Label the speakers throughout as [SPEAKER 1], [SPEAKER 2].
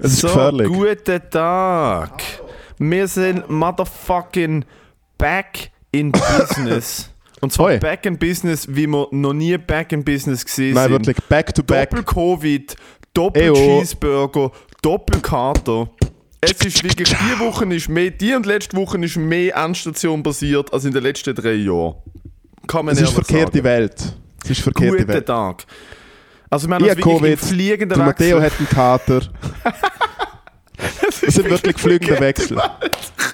[SPEAKER 1] Es ist
[SPEAKER 2] so,
[SPEAKER 1] gefährlich.
[SPEAKER 2] guten Tag. Wir sind motherfucking back in business. Und zwar
[SPEAKER 1] Hoi.
[SPEAKER 2] back in business, wie wir noch nie back in business gesehen
[SPEAKER 1] Nein,
[SPEAKER 2] sind.
[SPEAKER 1] wirklich, back to back. oh.
[SPEAKER 2] Doppel-Covid, Doppel-Cheeseburger, Doppel-Kater. Es ist wirklich, die Woche ist mehr, die und letzte Woche ist mehr Endstation passiert als in den letzten drei Jahren. Kann man
[SPEAKER 1] Es ist
[SPEAKER 2] ehrlich
[SPEAKER 1] verkehrte
[SPEAKER 2] sagen.
[SPEAKER 1] Welt. Es ist verkehrte
[SPEAKER 2] Guten
[SPEAKER 1] Welt.
[SPEAKER 2] Tag. Also wir haben
[SPEAKER 1] Ich
[SPEAKER 2] uns
[SPEAKER 1] hab
[SPEAKER 2] wirklich im
[SPEAKER 1] Covid,
[SPEAKER 2] fliegenden
[SPEAKER 1] Der Matteo
[SPEAKER 2] Wechsel-
[SPEAKER 1] hat einen Kater. Es sind wirklich fliegende Wechsel.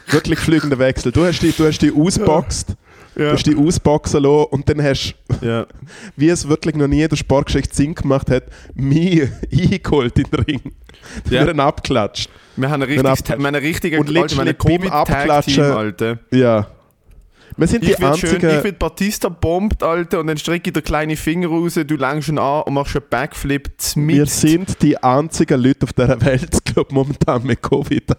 [SPEAKER 1] Wirklich fliegende Wechsel. Du hast dich, du hast dich ausboxt. Du
[SPEAKER 2] Ja.
[SPEAKER 1] hast dich ausboxen lassen und dann hast
[SPEAKER 2] Ja.
[SPEAKER 1] wie es wirklich noch nie der Sportgeschichte Sinn gemacht hat, mich eingeholt in den Ring.
[SPEAKER 2] Ja.
[SPEAKER 1] Ja. Wir haben abklatscht.
[SPEAKER 2] Wir haben einen richtigen,
[SPEAKER 1] Abklatsch.
[SPEAKER 2] wir haben einen richtigen
[SPEAKER 1] Und literally
[SPEAKER 2] Alter, wir haben einen
[SPEAKER 1] beim Abklatschen-
[SPEAKER 2] Covid-Tag-Team, Alter.
[SPEAKER 1] Ja. Wir sind
[SPEAKER 2] Ich
[SPEAKER 1] die
[SPEAKER 2] will schön, ich
[SPEAKER 1] einzigen.
[SPEAKER 2] will Batista bombt, Alter, und dann strecke ich den kleinen Finger raus, du langst ihn an und machst einen Backflip
[SPEAKER 1] Wir
[SPEAKER 2] mit.
[SPEAKER 1] sind die einzigen Leute auf dieser Welt, glaube momentan mit Covid.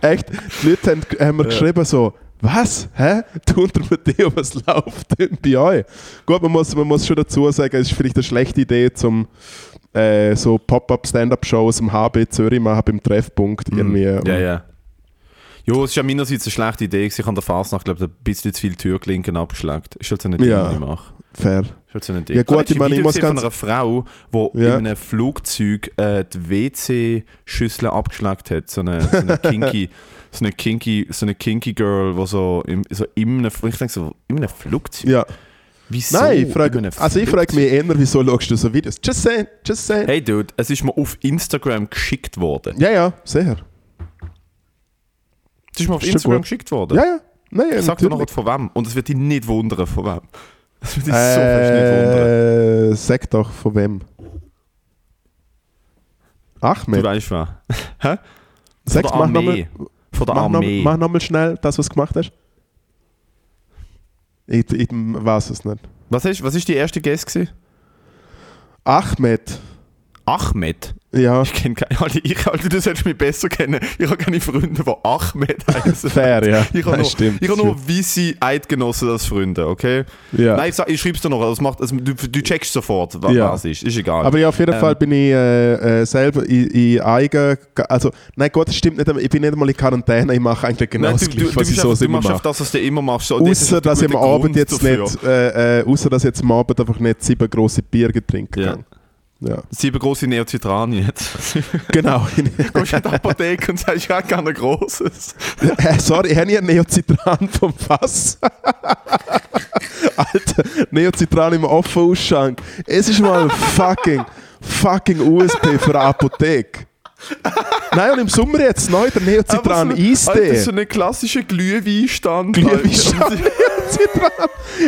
[SPEAKER 1] Echt, die Leute haben, haben mir geschrieben so, was? Hä? Du unter Matteo, was läuft denn bei euch? Gut, man muss, man muss schon dazu sagen, es ist vielleicht eine schlechte Idee, zum äh, so Pop-Up-Stand-Up-Shows im HB Zürich machen beim Treffpunkt irgendwie.
[SPEAKER 2] Mhm. Ja, ja. Jo, es ist ja meinerseits eine schlechte Idee. gewesen. Ich habe der Fasnacht, glaube ich, ein bisschen zu viele Türklinken abgeschlagen. Ist halt so eine Ding,
[SPEAKER 1] Ja.
[SPEAKER 2] die ich mache.
[SPEAKER 1] Fair.
[SPEAKER 2] Ist halt so eine Ding.
[SPEAKER 1] Ja, gut,
[SPEAKER 2] letztens
[SPEAKER 1] ich meine,
[SPEAKER 2] ein
[SPEAKER 1] ich
[SPEAKER 2] Video
[SPEAKER 1] muss
[SPEAKER 2] gesehen
[SPEAKER 1] ganz-
[SPEAKER 2] von einer Frau, die
[SPEAKER 1] Ja.
[SPEAKER 2] in einem Flugzeug äh, die WC-Schüssel abgeschlagen hat. So eine, so eine kinky... So eine, kinky, so eine kinky Girl, die so, im, so in einem, ich denke so, in einem Flugzeug?
[SPEAKER 1] Ja.
[SPEAKER 2] Wieso?
[SPEAKER 1] Nein, ich
[SPEAKER 2] In
[SPEAKER 1] frage,
[SPEAKER 2] einem
[SPEAKER 1] also ich frage
[SPEAKER 2] Flugzeug?
[SPEAKER 1] mich eher, wieso schaust du so Videos? Just saying, just saying.
[SPEAKER 2] Hey Dude, es ist mir auf Instagram geschickt worden.
[SPEAKER 1] Ja, ja, sicher.
[SPEAKER 2] Es ist mir auf
[SPEAKER 1] Ist schon
[SPEAKER 2] Instagram
[SPEAKER 1] gut.
[SPEAKER 2] geschickt worden.
[SPEAKER 1] Ja, ja. Nein, ja,
[SPEAKER 2] Sag dir
[SPEAKER 1] natürlich.
[SPEAKER 2] noch von wem. Und es wird dich nicht wundern, von wem. Es wird dich so fest nicht wundern.
[SPEAKER 1] Äh, sag doch von wem.
[SPEAKER 2] Du
[SPEAKER 1] Ahmed.
[SPEAKER 2] weißt was. Von
[SPEAKER 1] Sag,
[SPEAKER 2] der
[SPEAKER 1] mach nochmal
[SPEAKER 2] Armee. Von der
[SPEAKER 1] mach noch,
[SPEAKER 2] Armee.
[SPEAKER 1] mach noch mal schnell das, was du gemacht hast. Ich, ich weiß es nicht.
[SPEAKER 2] Was ist, was ist die erste Guest gewesen?
[SPEAKER 1] Ahmed.
[SPEAKER 2] Ahmed.
[SPEAKER 1] Ja,
[SPEAKER 2] Ich kenne keine. Alter, ich, Alter, du solltest mich besser kennen. Ich habe keine Freunde, die Ahmed heißen.
[SPEAKER 1] fair, ja.
[SPEAKER 2] Ich habe
[SPEAKER 1] Nein,
[SPEAKER 2] nur,
[SPEAKER 1] stimmt.
[SPEAKER 2] ich habe nur Visi Eidgenossen als Freunde, okay?
[SPEAKER 1] ja.
[SPEAKER 2] Nein, ich, sag- ich schreib's dir noch. Das macht, das, du, du checkst sofort, was
[SPEAKER 1] Ja.
[SPEAKER 2] was ist. Ist egal.
[SPEAKER 1] Aber ja, auf jeden
[SPEAKER 2] Ähm.
[SPEAKER 1] Fall bin ich äh, äh, selber in, in eigen... Also, nein, Gott, das stimmt nicht. Ich bin nicht mal in Quarantäne. Ich mache eigentlich genau
[SPEAKER 2] Nein,
[SPEAKER 1] das Gleiche, was
[SPEAKER 2] bist
[SPEAKER 1] ich so
[SPEAKER 2] einfach, du
[SPEAKER 1] immer
[SPEAKER 2] machst
[SPEAKER 1] mache.
[SPEAKER 2] einfach das, was du immer machst. So, das ist halt
[SPEAKER 1] Außer
[SPEAKER 2] der
[SPEAKER 1] dass ich am
[SPEAKER 2] gute
[SPEAKER 1] Abend
[SPEAKER 2] Grund
[SPEAKER 1] jetzt
[SPEAKER 2] dafür.
[SPEAKER 1] nicht, äh, äh, außer dass ich jetzt am Abend einfach nicht sieben große Bier getrunken
[SPEAKER 2] Ja.
[SPEAKER 1] kann. Ja.
[SPEAKER 2] Sieben große Neocitranien jetzt.
[SPEAKER 1] Genau.
[SPEAKER 2] Kommst du in die Apotheke und sagst, ja, gerne ein grosses.
[SPEAKER 1] äh, sorry, habe ich einen Neocitran vom Fass? Alter, Neocitran im offenen Ausschank. Es ist mal ein fucking, fucking USP für eine Apotheke. Nein, und im Sommer jetzt neu der Neocitran
[SPEAKER 2] Aber so- Alter, Das ist so
[SPEAKER 1] Eistee.
[SPEAKER 2] ein klassischer Glühweinstand.
[SPEAKER 1] Glühweinstand.
[SPEAKER 2] Alter. Und
[SPEAKER 1] Neocitran.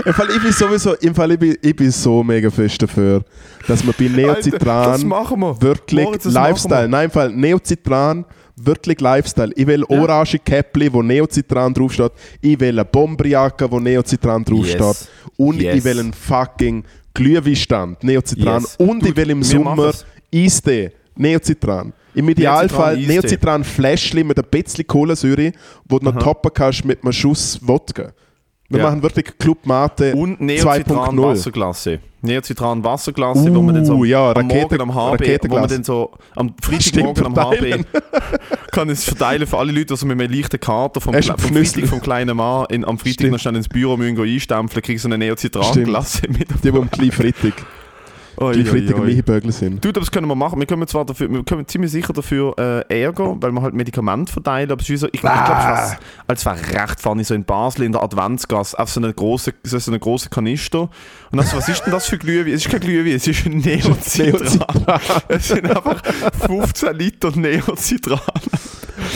[SPEAKER 1] Im Fall, ich bin sowieso, im Fall, ich bin, ich bin so mega fest dafür, dass man bei
[SPEAKER 2] ich- Alter, Das
[SPEAKER 1] Neocitran
[SPEAKER 2] machen wir.
[SPEAKER 1] wirklich
[SPEAKER 2] Moritz, das
[SPEAKER 1] Lifestyle.
[SPEAKER 2] machen
[SPEAKER 1] Nein, im Fall Neocitran, wirklich Lifestyle. Ich will orange Käppli, wo Neocitran draufsteht. Ich will eine Bomberjacke, wo Neocitran draufsteht.
[SPEAKER 2] Yes.
[SPEAKER 1] Und
[SPEAKER 2] Yes.
[SPEAKER 1] ich will einen fucking Glühweinstand, Neocitran.
[SPEAKER 2] Yes.
[SPEAKER 1] Und
[SPEAKER 2] Du,
[SPEAKER 1] ich will im
[SPEAKER 2] wir
[SPEAKER 1] Sommer
[SPEAKER 2] machen's.
[SPEAKER 1] Eistee, Neocitran. Im Idealfall
[SPEAKER 2] Neocitran-Eistee.
[SPEAKER 1] Neocitran-Fläschchen mit ein bisschen Kohlensäure, wo du noch toppen kannst mit einem Schuss Wodka. Wir
[SPEAKER 2] Ja.
[SPEAKER 1] machen wirklich Club Mate
[SPEAKER 2] wir. Und
[SPEAKER 1] 2.0.
[SPEAKER 2] Neocitran Wasserglasse. Neocitran Wasserglasse, wo
[SPEAKER 1] Uh,
[SPEAKER 2] man dann so
[SPEAKER 1] ja,
[SPEAKER 2] am Morgen
[SPEAKER 1] Rakete-
[SPEAKER 2] am HB, wo man
[SPEAKER 1] Raketenglas.
[SPEAKER 2] dann so am
[SPEAKER 1] Stimmt,
[SPEAKER 2] Freitagmorgen am HB
[SPEAKER 1] verteilen.
[SPEAKER 2] kann es verteilen für alle Leute, die so mit einem leichten Kater vom,
[SPEAKER 1] Es ist
[SPEAKER 2] Kle- vom
[SPEAKER 1] Pfnüssel.
[SPEAKER 2] Freitag vom kleinen Mann in, am Freitag
[SPEAKER 1] Stimmt.
[SPEAKER 2] noch schnell ins Büro müssen gehen einstempeln, kriegen so eine Neocitran-Glasse mit.
[SPEAKER 1] Die, die am kleinen Freitag,
[SPEAKER 2] Oi,
[SPEAKER 1] kleinen
[SPEAKER 2] oi,
[SPEAKER 1] Freitag am
[SPEAKER 2] oi.
[SPEAKER 1] Eibögel sind.
[SPEAKER 2] Dude, aber das können wir machen. Wir können zwar dafür, wir können ziemlich sicher dafür äh, ärgern, weil wir halt Medikamente verteilen, aber es ist wie so, ich, ich glaube, als war recht funny, so in Basel in der Adventsgasse auf so einen großen so so einen grossen Kanister. Und dann so, was ist denn das für Glühwein? Es ist kein Glühwein, es ist ein Neocitran. es sind einfach 15 Liter Neocitran.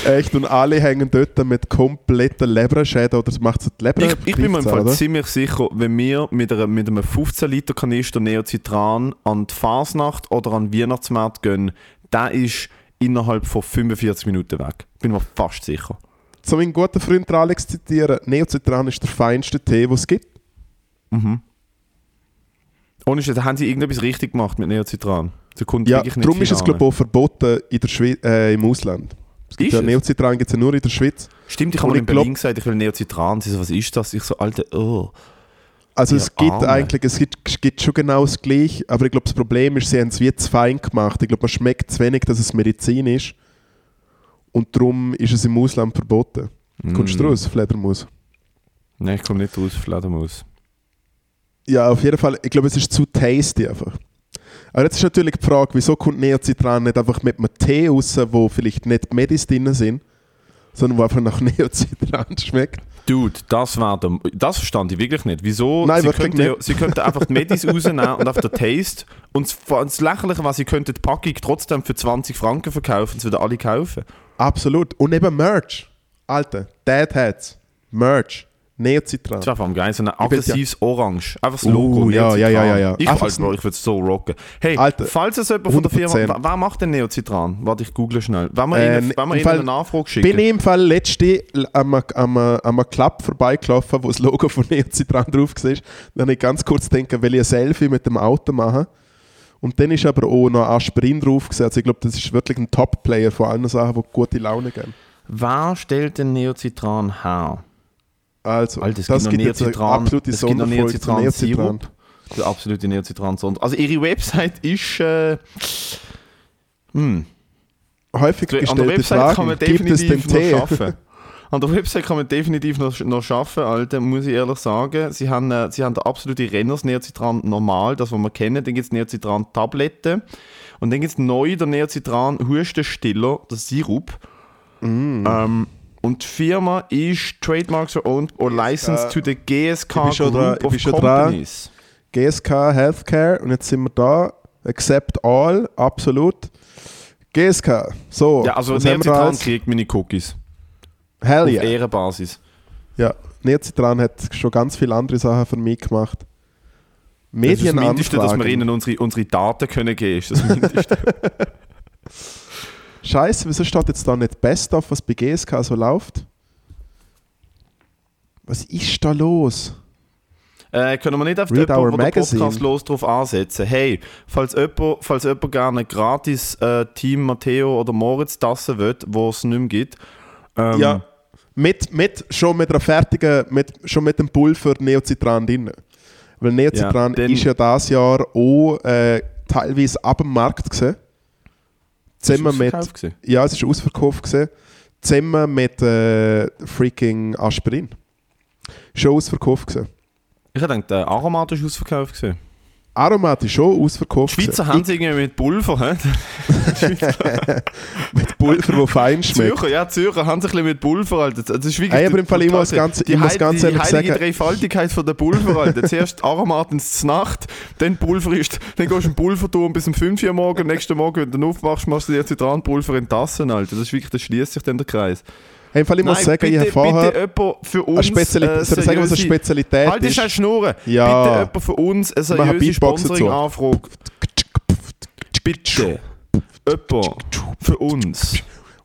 [SPEAKER 1] Echt, und alle hängen dort mit kompletten Leberschäden oder es macht so die Leber.
[SPEAKER 2] Ich, ich bin mir im Fall
[SPEAKER 1] oder?
[SPEAKER 2] ziemlich sicher, wenn wir mit, einer, mit einem 15 Liter Kanister Neocitran an die Fasnacht oder an den Weihnachtsmarkt gehen, der ist innerhalb von 45 Minuten weg. Bin mir fast sicher.
[SPEAKER 1] Zu meinem guten Freund der Alex zitieren: Neocitran ist der feinste Tee, den es gibt.
[SPEAKER 2] Ohne Scheiß, haben sie irgendetwas richtig gemacht mit Neocitran? Der Kunde
[SPEAKER 1] Ja,
[SPEAKER 2] wirklich nicht
[SPEAKER 1] darum ist es,
[SPEAKER 2] final.
[SPEAKER 1] glaube ich, auch verboten in der Schwe äh, im Ausland. Es gibt
[SPEAKER 2] Ist
[SPEAKER 1] ja
[SPEAKER 2] es?
[SPEAKER 1] Neocitran gibt es ja nur in der Schweiz.
[SPEAKER 2] Stimmt, ich habe
[SPEAKER 1] Und
[SPEAKER 2] mal
[SPEAKER 1] ich
[SPEAKER 2] in Berlin
[SPEAKER 1] glaub-
[SPEAKER 2] gesagt, ich will Neocitran. Sie so, was ist das? Ich so, Alter, oh.
[SPEAKER 1] Also es
[SPEAKER 2] Ihr
[SPEAKER 1] gibt
[SPEAKER 2] Arme.
[SPEAKER 1] eigentlich, es gibt, es gibt schon genau das Gleiche, aber ich glaube, das Problem ist, sie haben es wie zu fein gemacht. Ich glaube, man schmeckt zu wenig, dass es Medizin ist. Und darum ist es im Ausland verboten.
[SPEAKER 2] Mm.
[SPEAKER 1] Kommst du raus, Fledermaus?
[SPEAKER 2] Nein, ich komme nicht raus, Fledermaus.
[SPEAKER 1] Ja, auf jeden Fall. Ich glaube, es ist zu tasty einfach. Aber jetzt ist natürlich die Frage, wieso kommt Neocitran nicht einfach mit einem Tee raus, wo vielleicht nicht Medis drin sind, sondern wo einfach nach Neocitran schmeckt.
[SPEAKER 2] Dude, das war der, das verstand ich wirklich nicht. Wieso?
[SPEAKER 1] Nein,
[SPEAKER 2] sie,
[SPEAKER 1] wirklich
[SPEAKER 2] könnten, ja-
[SPEAKER 1] nicht.
[SPEAKER 2] sie könnten einfach die Medis rausnehmen und auf der Taste. Und das, das Lächerliche war, sie könnten die Packung trotzdem für 20 Franken verkaufen und es wieder alle kaufen.
[SPEAKER 1] Absolut. Und eben Merch. Alter, Dad Hats. Merch. Neocitran.
[SPEAKER 2] Das wäre vor allem geil, so ein
[SPEAKER 1] bin-
[SPEAKER 2] aggressives Orange. Einfach das
[SPEAKER 1] Uh,
[SPEAKER 2] Logo.
[SPEAKER 1] ja, ja, ja, ja, ja.
[SPEAKER 2] Ich,
[SPEAKER 1] Einfach
[SPEAKER 2] Alter,
[SPEAKER 1] so-
[SPEAKER 2] Bro, ich würde es so rocken. Hey,
[SPEAKER 1] Alter,
[SPEAKER 2] falls es jemand von der Firma.
[SPEAKER 1] 100%.
[SPEAKER 2] Wa- Wer macht denn Neocitran? Warte, ich google schnell. Wenn wir
[SPEAKER 1] Äh,
[SPEAKER 2] Ihnen, wenn wir
[SPEAKER 1] im
[SPEAKER 2] ihnen
[SPEAKER 1] Fall-
[SPEAKER 2] eine Nachfrage schicken.
[SPEAKER 1] Bin ich im Fall letzte am, am, am Club vorbeigelaufen, wo das Logo von Neocitran drauf war. Dann habe ich ganz kurz denken, will ich ein Selfie mit dem Auto machen. Und dann ist aber auch noch Aspirin drauf. gewesen. Also ich glaube, das ist wirklich ein Top-Player von allen Sachen, die gute Laune geben.
[SPEAKER 2] Wer stellt denn Neocitran her?
[SPEAKER 1] Also,
[SPEAKER 2] Alter, es
[SPEAKER 1] das
[SPEAKER 2] gibt noch
[SPEAKER 1] gibt jetzt eine
[SPEAKER 2] Neocitran.
[SPEAKER 1] absolute
[SPEAKER 2] Es gibt noch
[SPEAKER 1] Sonderfolge zu
[SPEAKER 2] Neocitran-Sirup.
[SPEAKER 1] Neocitran.
[SPEAKER 2] Der absolute Neocitran. Also ihre Website ist. Äh, hm.
[SPEAKER 1] Häufig
[SPEAKER 2] An der
[SPEAKER 1] gestellte
[SPEAKER 2] Website kann
[SPEAKER 1] Frage,
[SPEAKER 2] man
[SPEAKER 1] gibt es den
[SPEAKER 2] definitiv noch
[SPEAKER 1] Tee?
[SPEAKER 2] schaffen. An der Website kann man definitiv noch, noch schaffen, Alter, muss ich ehrlich sagen. Sie haben, äh, sie haben den absoluten Renners Neocitran normal, das, was wir kennen. Dann gibt es Neocitran Tabletten. Und dann gibt es neu der Neocitran Hustenstiller, der Sirup.
[SPEAKER 1] Mm.
[SPEAKER 2] Ähm, und die Firma ist Trademarks are owned or licensed to the GSK
[SPEAKER 1] Äh, ich bin schon dran,
[SPEAKER 2] Group
[SPEAKER 1] ich bin
[SPEAKER 2] of
[SPEAKER 1] schon dran.
[SPEAKER 2] Companies.
[SPEAKER 1] GSK Healthcare und jetzt sind wir da. Accept all, absolut. GSK, so.
[SPEAKER 2] Ja, also
[SPEAKER 1] was haben wir da
[SPEAKER 2] Neocitran
[SPEAKER 1] als-
[SPEAKER 2] kriegt meine Cookies.
[SPEAKER 1] Hell
[SPEAKER 2] Auf
[SPEAKER 1] yeah.
[SPEAKER 2] Ehrenbasis.
[SPEAKER 1] Ja, Neocitran hat schon ganz viele andere Sachen für mich gemacht.
[SPEAKER 2] Das ist das Mindeste, dass wir
[SPEAKER 1] Medienanfragen.
[SPEAKER 2] ihnen unsere, unsere Daten können geben ist das Mindeste.
[SPEAKER 1] Scheiße, wieso steht jetzt da nicht Best of, was bei GSK so läuft? Was ist da los?
[SPEAKER 2] äh, können wir nicht auf
[SPEAKER 1] Read
[SPEAKER 2] jemanden, der
[SPEAKER 1] Our
[SPEAKER 2] den
[SPEAKER 1] Magazine.
[SPEAKER 2] Podcast los drauf ansetzen. Hey, falls jemand, falls jemand gerne gratis äh, Team Matteo oder Moritz Tassen will, wo es nicht mehr gibt, ähm,
[SPEAKER 1] Ja. Mit, mit, schon mit einer fertigen, mit, schon mit dem Pulver Neocitran drin. Weil Neocitran
[SPEAKER 2] Ja, denn-
[SPEAKER 1] ist ja dieses Jahr auch äh, teilweise ab dem Markt gewesen. Zusammen
[SPEAKER 2] ist
[SPEAKER 1] mit,
[SPEAKER 2] ausverkauft gewesen.
[SPEAKER 1] ja, es war ausverkauft. Gewesen. Zusammen mit äh, freaking Aspirin. Schon ausverkauft. Gewesen.
[SPEAKER 2] Ich habe gedacht, der Aromat ist ausverkauft gewesen.
[SPEAKER 1] Aromat ist schon ausverkauft.
[SPEAKER 2] Die Schweizer haben sie irgendwie mit Pulver, hä?
[SPEAKER 1] gewesen. Pulver, wo fein schmeckt.
[SPEAKER 2] Zürcher, ja, Zürcher haben sich ein bisschen mit Pulver, Alter. Das ist wirklich
[SPEAKER 1] Ey, aber im Fall, ich muss ganz- ich
[SPEAKER 2] die,
[SPEAKER 1] muss
[SPEAKER 2] heil-
[SPEAKER 1] ganz
[SPEAKER 2] die
[SPEAKER 1] ehrlich
[SPEAKER 2] heilige
[SPEAKER 1] sagen-
[SPEAKER 2] Dreifaltigkeit von der Pulver, Alter. Zuerst Aromaten zur Nacht, dann Pulver ist, dann gehst du im Pulverturm bis um 5 Uhr am morgen, nächsten Morgen, wenn du dann aufwachst, machst du dir Zitronenpulver in Tassen, Alter. Das ist wirklich, das schließt sich dann der Kreis.
[SPEAKER 1] Hey, Im Fall, ich muss sagen, ich habe vorher
[SPEAKER 2] bitte jemand für
[SPEAKER 1] eine
[SPEAKER 2] uns... äh,
[SPEAKER 1] Spezialität. soll ich sagen, was eine
[SPEAKER 2] seriöse-
[SPEAKER 1] Spezialität
[SPEAKER 2] Halt die
[SPEAKER 1] ist?
[SPEAKER 2] schnell Schnurren.
[SPEAKER 1] Ja.
[SPEAKER 2] Bitte jemand für uns eine
[SPEAKER 1] machen
[SPEAKER 2] seriöse
[SPEAKER 1] Beatboxen zu.
[SPEAKER 2] Sponsoring-Anfrage. Bitte. Jemand für uns.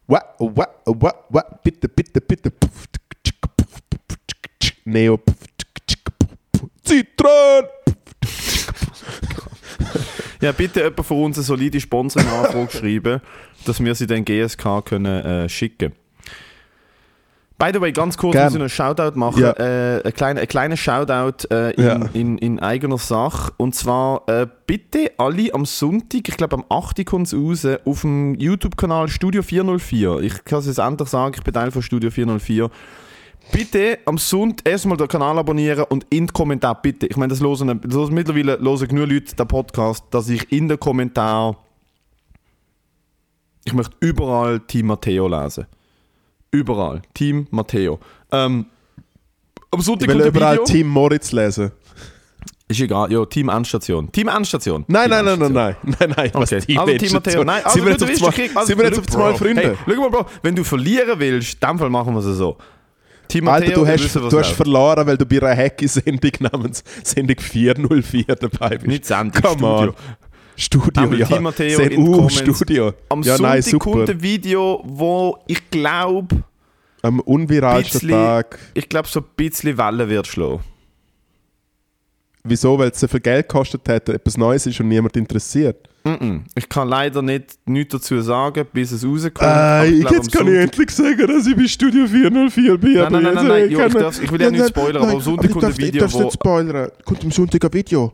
[SPEAKER 1] Wa, wa, wa, wa, bitte, bitte, bitte. Puff, tsk, tsk, puff, puff, tsk, tsk, Neo. puff, tsk, tsk, puff, puff. Zitron!
[SPEAKER 2] Ja, bitte jemand von uns eine solide Sponsoring-Anfrage schreiben, dass wir sie dann GSK können, äh, schicken By the way, ganz kurz
[SPEAKER 1] Gern.
[SPEAKER 2] muss ich noch einen Shoutout machen.
[SPEAKER 1] Ja.
[SPEAKER 2] Äh, ein kleiner ein kleiner Shoutout äh, in,
[SPEAKER 1] Ja.
[SPEAKER 2] in, in eigener Sache. Und zwar äh, bitte alle am Sonntag, ich glaube am 8. kommt es raus, auf dem YouTube-Kanal Studio 404. Ich kann es jetzt endlich sagen, ich bin Teil von Studio 404. Bitte am Sonntag erstmal den Kanal abonnieren und in den Kommentar bitte. Ich meine, das hören, das hören mittlerweile hören genug Leute den Podcast, dass ich in den Kommentar. Ich möchte überall Team Matteo lesen. Überall. Team Matteo. Ähm, am
[SPEAKER 1] Ich
[SPEAKER 2] Sonntag
[SPEAKER 1] will
[SPEAKER 2] kommt ein
[SPEAKER 1] überall
[SPEAKER 2] Video.
[SPEAKER 1] Team Moritz lesen.
[SPEAKER 2] Ist egal, ja, Team Endstation. Team Endstation.
[SPEAKER 1] Nein,
[SPEAKER 2] Team
[SPEAKER 1] nein, nein, nein, nein. Nein, nein. was
[SPEAKER 2] Okay.
[SPEAKER 1] die
[SPEAKER 2] Also
[SPEAKER 1] Menschen
[SPEAKER 2] Team Matteo,
[SPEAKER 1] tun.
[SPEAKER 2] nein,
[SPEAKER 1] sind
[SPEAKER 2] also
[SPEAKER 1] wir jetzt
[SPEAKER 2] du
[SPEAKER 1] auf
[SPEAKER 2] bist
[SPEAKER 1] zwei,
[SPEAKER 2] der Krieg. Also,
[SPEAKER 1] sind wir jetzt auf
[SPEAKER 2] Bro.
[SPEAKER 1] zwei Freunde?
[SPEAKER 2] Hey, schau mal, Bro, wenn du verlieren willst, in dem Fall machen wir es so. Team
[SPEAKER 1] Alter, du
[SPEAKER 2] wir
[SPEAKER 1] hast,
[SPEAKER 2] wissen, was
[SPEAKER 1] du hast
[SPEAKER 2] läuft.
[SPEAKER 1] verloren, weil du bei einer Hacky-Sendung namens Sendung 404 dabei bist.
[SPEAKER 2] Nicht Sendung,
[SPEAKER 1] Come
[SPEAKER 2] Studio.
[SPEAKER 1] on. Studio,
[SPEAKER 2] Einmal
[SPEAKER 1] ja.
[SPEAKER 2] Team Matteo
[SPEAKER 1] Sehr-
[SPEAKER 2] in die
[SPEAKER 1] uh,
[SPEAKER 2] Comments.
[SPEAKER 1] Studio.
[SPEAKER 2] Am
[SPEAKER 1] ja,
[SPEAKER 2] Sonntag
[SPEAKER 1] nein, super.
[SPEAKER 2] kommt ein Video, wo ich glaube,
[SPEAKER 1] Am unviralsten
[SPEAKER 2] bisschen-
[SPEAKER 1] Tag.
[SPEAKER 2] ich glaube so ein bisschen Wellen wird schlagen.
[SPEAKER 1] wieso, weil es so viel Geld gekostet hat, etwas Neues ist und niemand interessiert.
[SPEAKER 2] Mm-mm. Ich kann leider nicht nichts dazu sagen, bis es rauskommt. aber
[SPEAKER 1] Äh,
[SPEAKER 2] glaub,
[SPEAKER 1] jetzt
[SPEAKER 2] am
[SPEAKER 1] kann ich endlich sagen, dass ich bei Studio 404 bin. also,
[SPEAKER 2] Nein, nein, nein, nein, nein, jo, ich,
[SPEAKER 1] kann-
[SPEAKER 2] darf, ich will ja
[SPEAKER 1] Nein,
[SPEAKER 2] nicht
[SPEAKER 1] nein,
[SPEAKER 2] spoilern, aber
[SPEAKER 1] nein,
[SPEAKER 2] am Sonntag kommt ein
[SPEAKER 1] ich darf-
[SPEAKER 2] Video,
[SPEAKER 1] Ich darf
[SPEAKER 2] wo...
[SPEAKER 1] nicht spoilern. Kommt am Sonntag ein Video,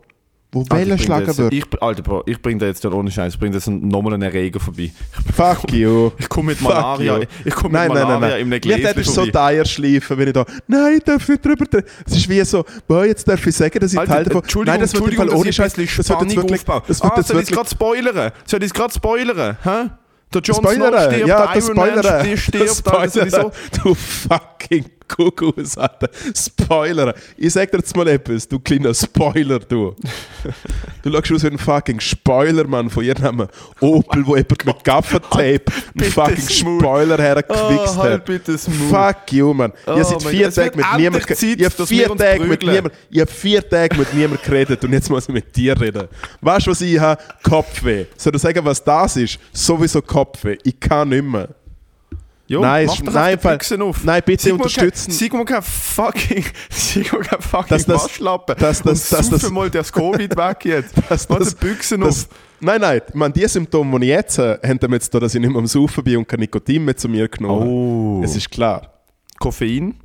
[SPEAKER 1] wo
[SPEAKER 2] Alter, ich
[SPEAKER 1] Wellen
[SPEAKER 2] bring dir
[SPEAKER 1] schlagen
[SPEAKER 2] jetzt-
[SPEAKER 1] wird.
[SPEAKER 2] Ich, Alter, Bro, ich bring da jetzt ja ohne Scheiß, ich bring jetzt nochmal einen Erreger vorbei.
[SPEAKER 1] Fuck you.
[SPEAKER 2] Ich komme mit
[SPEAKER 1] Fuck
[SPEAKER 2] Malaria,
[SPEAKER 1] you.
[SPEAKER 2] ich komme mit
[SPEAKER 1] Nein, nein,
[SPEAKER 2] Malaria
[SPEAKER 1] nein, nein.
[SPEAKER 2] in einem
[SPEAKER 1] Mir hätte
[SPEAKER 2] Gläschen
[SPEAKER 1] so
[SPEAKER 2] vorbei.
[SPEAKER 1] Teier schleifen, wenn ich da, nein, ich darf nicht drüber reden. Es ist wie so, boah, jetzt darf ich sagen, dass ich
[SPEAKER 2] Alter,
[SPEAKER 1] Teil davon...
[SPEAKER 2] Entschuldigung,
[SPEAKER 1] nein, das wird im
[SPEAKER 2] Entschuldigung,
[SPEAKER 1] Fall ohne
[SPEAKER 2] dass ich ein
[SPEAKER 1] Scheiß.
[SPEAKER 2] bisschen
[SPEAKER 1] Das wird jetzt
[SPEAKER 2] Spannung
[SPEAKER 1] wirklich...
[SPEAKER 2] aufbaue.
[SPEAKER 1] Das wird
[SPEAKER 2] ah,
[SPEAKER 1] jetzt
[SPEAKER 2] soll ich
[SPEAKER 1] wirklich...
[SPEAKER 2] gerade spoilern? Soll ich gerade spoilern? Hä? Der Jon Snow
[SPEAKER 1] Spoiler,
[SPEAKER 2] stirbt,
[SPEAKER 1] ja,
[SPEAKER 2] der
[SPEAKER 1] das
[SPEAKER 2] Iron Man sti-
[SPEAKER 1] Spoiler, das
[SPEAKER 2] stirbt, also Alter,
[SPEAKER 1] Spoiler,
[SPEAKER 2] sowieso.
[SPEAKER 1] du fucking Kuckuck, Alter, Spoiler. Ich sag dir jetzt mal etwas, du kleiner Spoiler, du. du schaust aus wie ein fucking Spoilermann von ihrem Opel, wo jemand mit Gaffatape einen
[SPEAKER 2] Oh bitte
[SPEAKER 1] fucking
[SPEAKER 2] smooth.
[SPEAKER 1] Spoiler
[SPEAKER 2] Oh,
[SPEAKER 1] hergewichst
[SPEAKER 2] halt
[SPEAKER 1] hat.
[SPEAKER 2] bitte smooth.
[SPEAKER 1] Fuck you, man. Ich
[SPEAKER 2] Oh
[SPEAKER 1] habe seit
[SPEAKER 2] mein
[SPEAKER 1] vier
[SPEAKER 2] Gott, es wird
[SPEAKER 1] Tagen mit
[SPEAKER 2] endlich
[SPEAKER 1] niemandem
[SPEAKER 2] Zeit,
[SPEAKER 1] ich hab
[SPEAKER 2] dass wir
[SPEAKER 1] vier
[SPEAKER 2] uns
[SPEAKER 1] Tage mit
[SPEAKER 2] prügeln.
[SPEAKER 1] niemand, ich hab vier Tage mit niemandem geredet und jetzt muss ich mit dir reden. Weißt du, was ich habe? Kopfweh. Soll ich sagen, was das ist? Sowieso Kopfweh. Ich kann nicht mehr.
[SPEAKER 2] Jo,
[SPEAKER 1] Nein,
[SPEAKER 2] mach
[SPEAKER 1] es-
[SPEAKER 2] doch
[SPEAKER 1] nein,
[SPEAKER 2] einfach
[SPEAKER 1] Fall-
[SPEAKER 2] die Büchsen auf.
[SPEAKER 1] nein, bitte
[SPEAKER 2] Sigmund
[SPEAKER 1] unterstützen.
[SPEAKER 2] Kein, Sigmund kein fucking, Sigmund kein fucking
[SPEAKER 1] Dass das-
[SPEAKER 2] Waschlappen.
[SPEAKER 1] dass das-
[SPEAKER 2] Und
[SPEAKER 1] dass das-
[SPEAKER 2] sauf mal das Covid weg jetzt.
[SPEAKER 1] Dass
[SPEAKER 2] Mach
[SPEAKER 1] das-
[SPEAKER 2] die Büchsen
[SPEAKER 1] Das,
[SPEAKER 2] auf.
[SPEAKER 1] nein, nein, ich meine, die Symptome, die ich jetzt habe, haben damit zu tun, dass ich nicht mehr am Saufen bin und kein Nikotin mehr zu mir genommen
[SPEAKER 2] Oh.
[SPEAKER 1] habe. Es ist klar.
[SPEAKER 2] Koffein.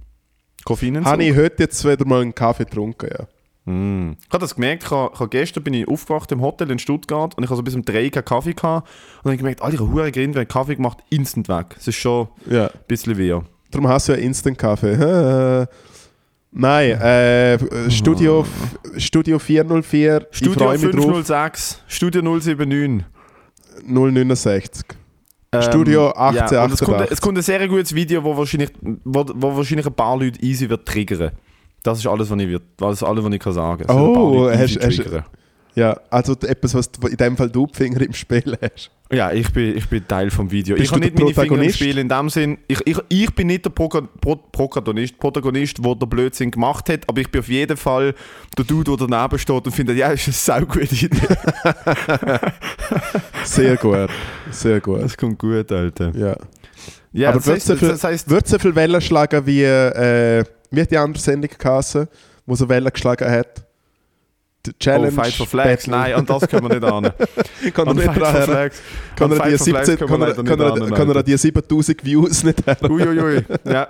[SPEAKER 2] Koffein
[SPEAKER 1] Habe ich heute jetzt wieder mal einen Kaffee getrunken, ja.
[SPEAKER 2] Mm. Ich habe das gemerkt, ich habe, ich habe gestern bin ich aufgewacht im Hotel in Stuttgart und ich habe so bis um 3 keinen Kaffee gehabt. Und dann habe ich gemerkt, Alter, ich habe verdammt Grind, wenn Kaffee gemacht, instant weg. Es ist schon
[SPEAKER 1] ja.
[SPEAKER 2] ein bisschen wehr.
[SPEAKER 1] Darum hast du ja Instant-Kaffee. Nein, äh, Studio, Studio 404, ich
[SPEAKER 2] Ah. Studio
[SPEAKER 1] freue mich drauf.
[SPEAKER 2] 506, Studio 079.
[SPEAKER 1] 069.
[SPEAKER 2] ähm,
[SPEAKER 1] Studio
[SPEAKER 2] Ja, und es, kommt,
[SPEAKER 1] 1888.
[SPEAKER 2] es kommt ein sehr gutes Video, wo wahrscheinlich, wo, wo wahrscheinlich ein paar Leute easy wird triggern. Das ist alles, was ich, wird, das ist alles, was ich kann sagen Es wird ein paar
[SPEAKER 1] Oh,
[SPEAKER 2] Leute easy
[SPEAKER 1] hast- hast-
[SPEAKER 2] triggern.
[SPEAKER 1] Ja, also d- etwas, was du- in dem Fall du die Finger im Spiel hast.
[SPEAKER 2] Ja, ich bin, ich bin Teil vom Video.
[SPEAKER 1] Bist
[SPEAKER 2] ich kann
[SPEAKER 1] du
[SPEAKER 2] nicht
[SPEAKER 1] der
[SPEAKER 2] meine Finger im
[SPEAKER 1] Protagonist?
[SPEAKER 2] Spiel in dem Sinn. Ich, ich, ich bin nicht der Proka Pro Protagonist, Protagonist, der den Blödsinn gemacht hat, aber ich bin auf jeden Fall der Dude, der daneben steht und findet, ja, ist eine saugute Idee.
[SPEAKER 1] Sehr gut. Sehr gut.
[SPEAKER 2] Das kommt gut, Alter.
[SPEAKER 1] Ja.
[SPEAKER 2] Ja,
[SPEAKER 1] Aber
[SPEAKER 2] das
[SPEAKER 1] wird's
[SPEAKER 2] heißt,
[SPEAKER 1] dafür-
[SPEAKER 2] das heißt,
[SPEAKER 1] Wird so viel Wellen schlagen wie, äh, wie hat die andere Sendung geheißen, wo so Wellen geschlagen hat? Die
[SPEAKER 2] oh,
[SPEAKER 1] Challenge.
[SPEAKER 2] Fight for Flags.
[SPEAKER 1] Battle.
[SPEAKER 2] Nein, an das können wir nicht an.
[SPEAKER 1] kann er
[SPEAKER 2] An
[SPEAKER 1] nicht
[SPEAKER 2] Fight for
[SPEAKER 1] dran her.
[SPEAKER 2] Flags.
[SPEAKER 1] Kann
[SPEAKER 2] an
[SPEAKER 1] er die
[SPEAKER 2] Fight for Flags
[SPEAKER 1] 17
[SPEAKER 2] können wir
[SPEAKER 1] kann er-
[SPEAKER 2] leider nicht
[SPEAKER 1] kann
[SPEAKER 2] ran,
[SPEAKER 1] er- kann er
[SPEAKER 2] Alter.
[SPEAKER 1] die 7000 Views nicht her?
[SPEAKER 2] Uiuiui. Ja.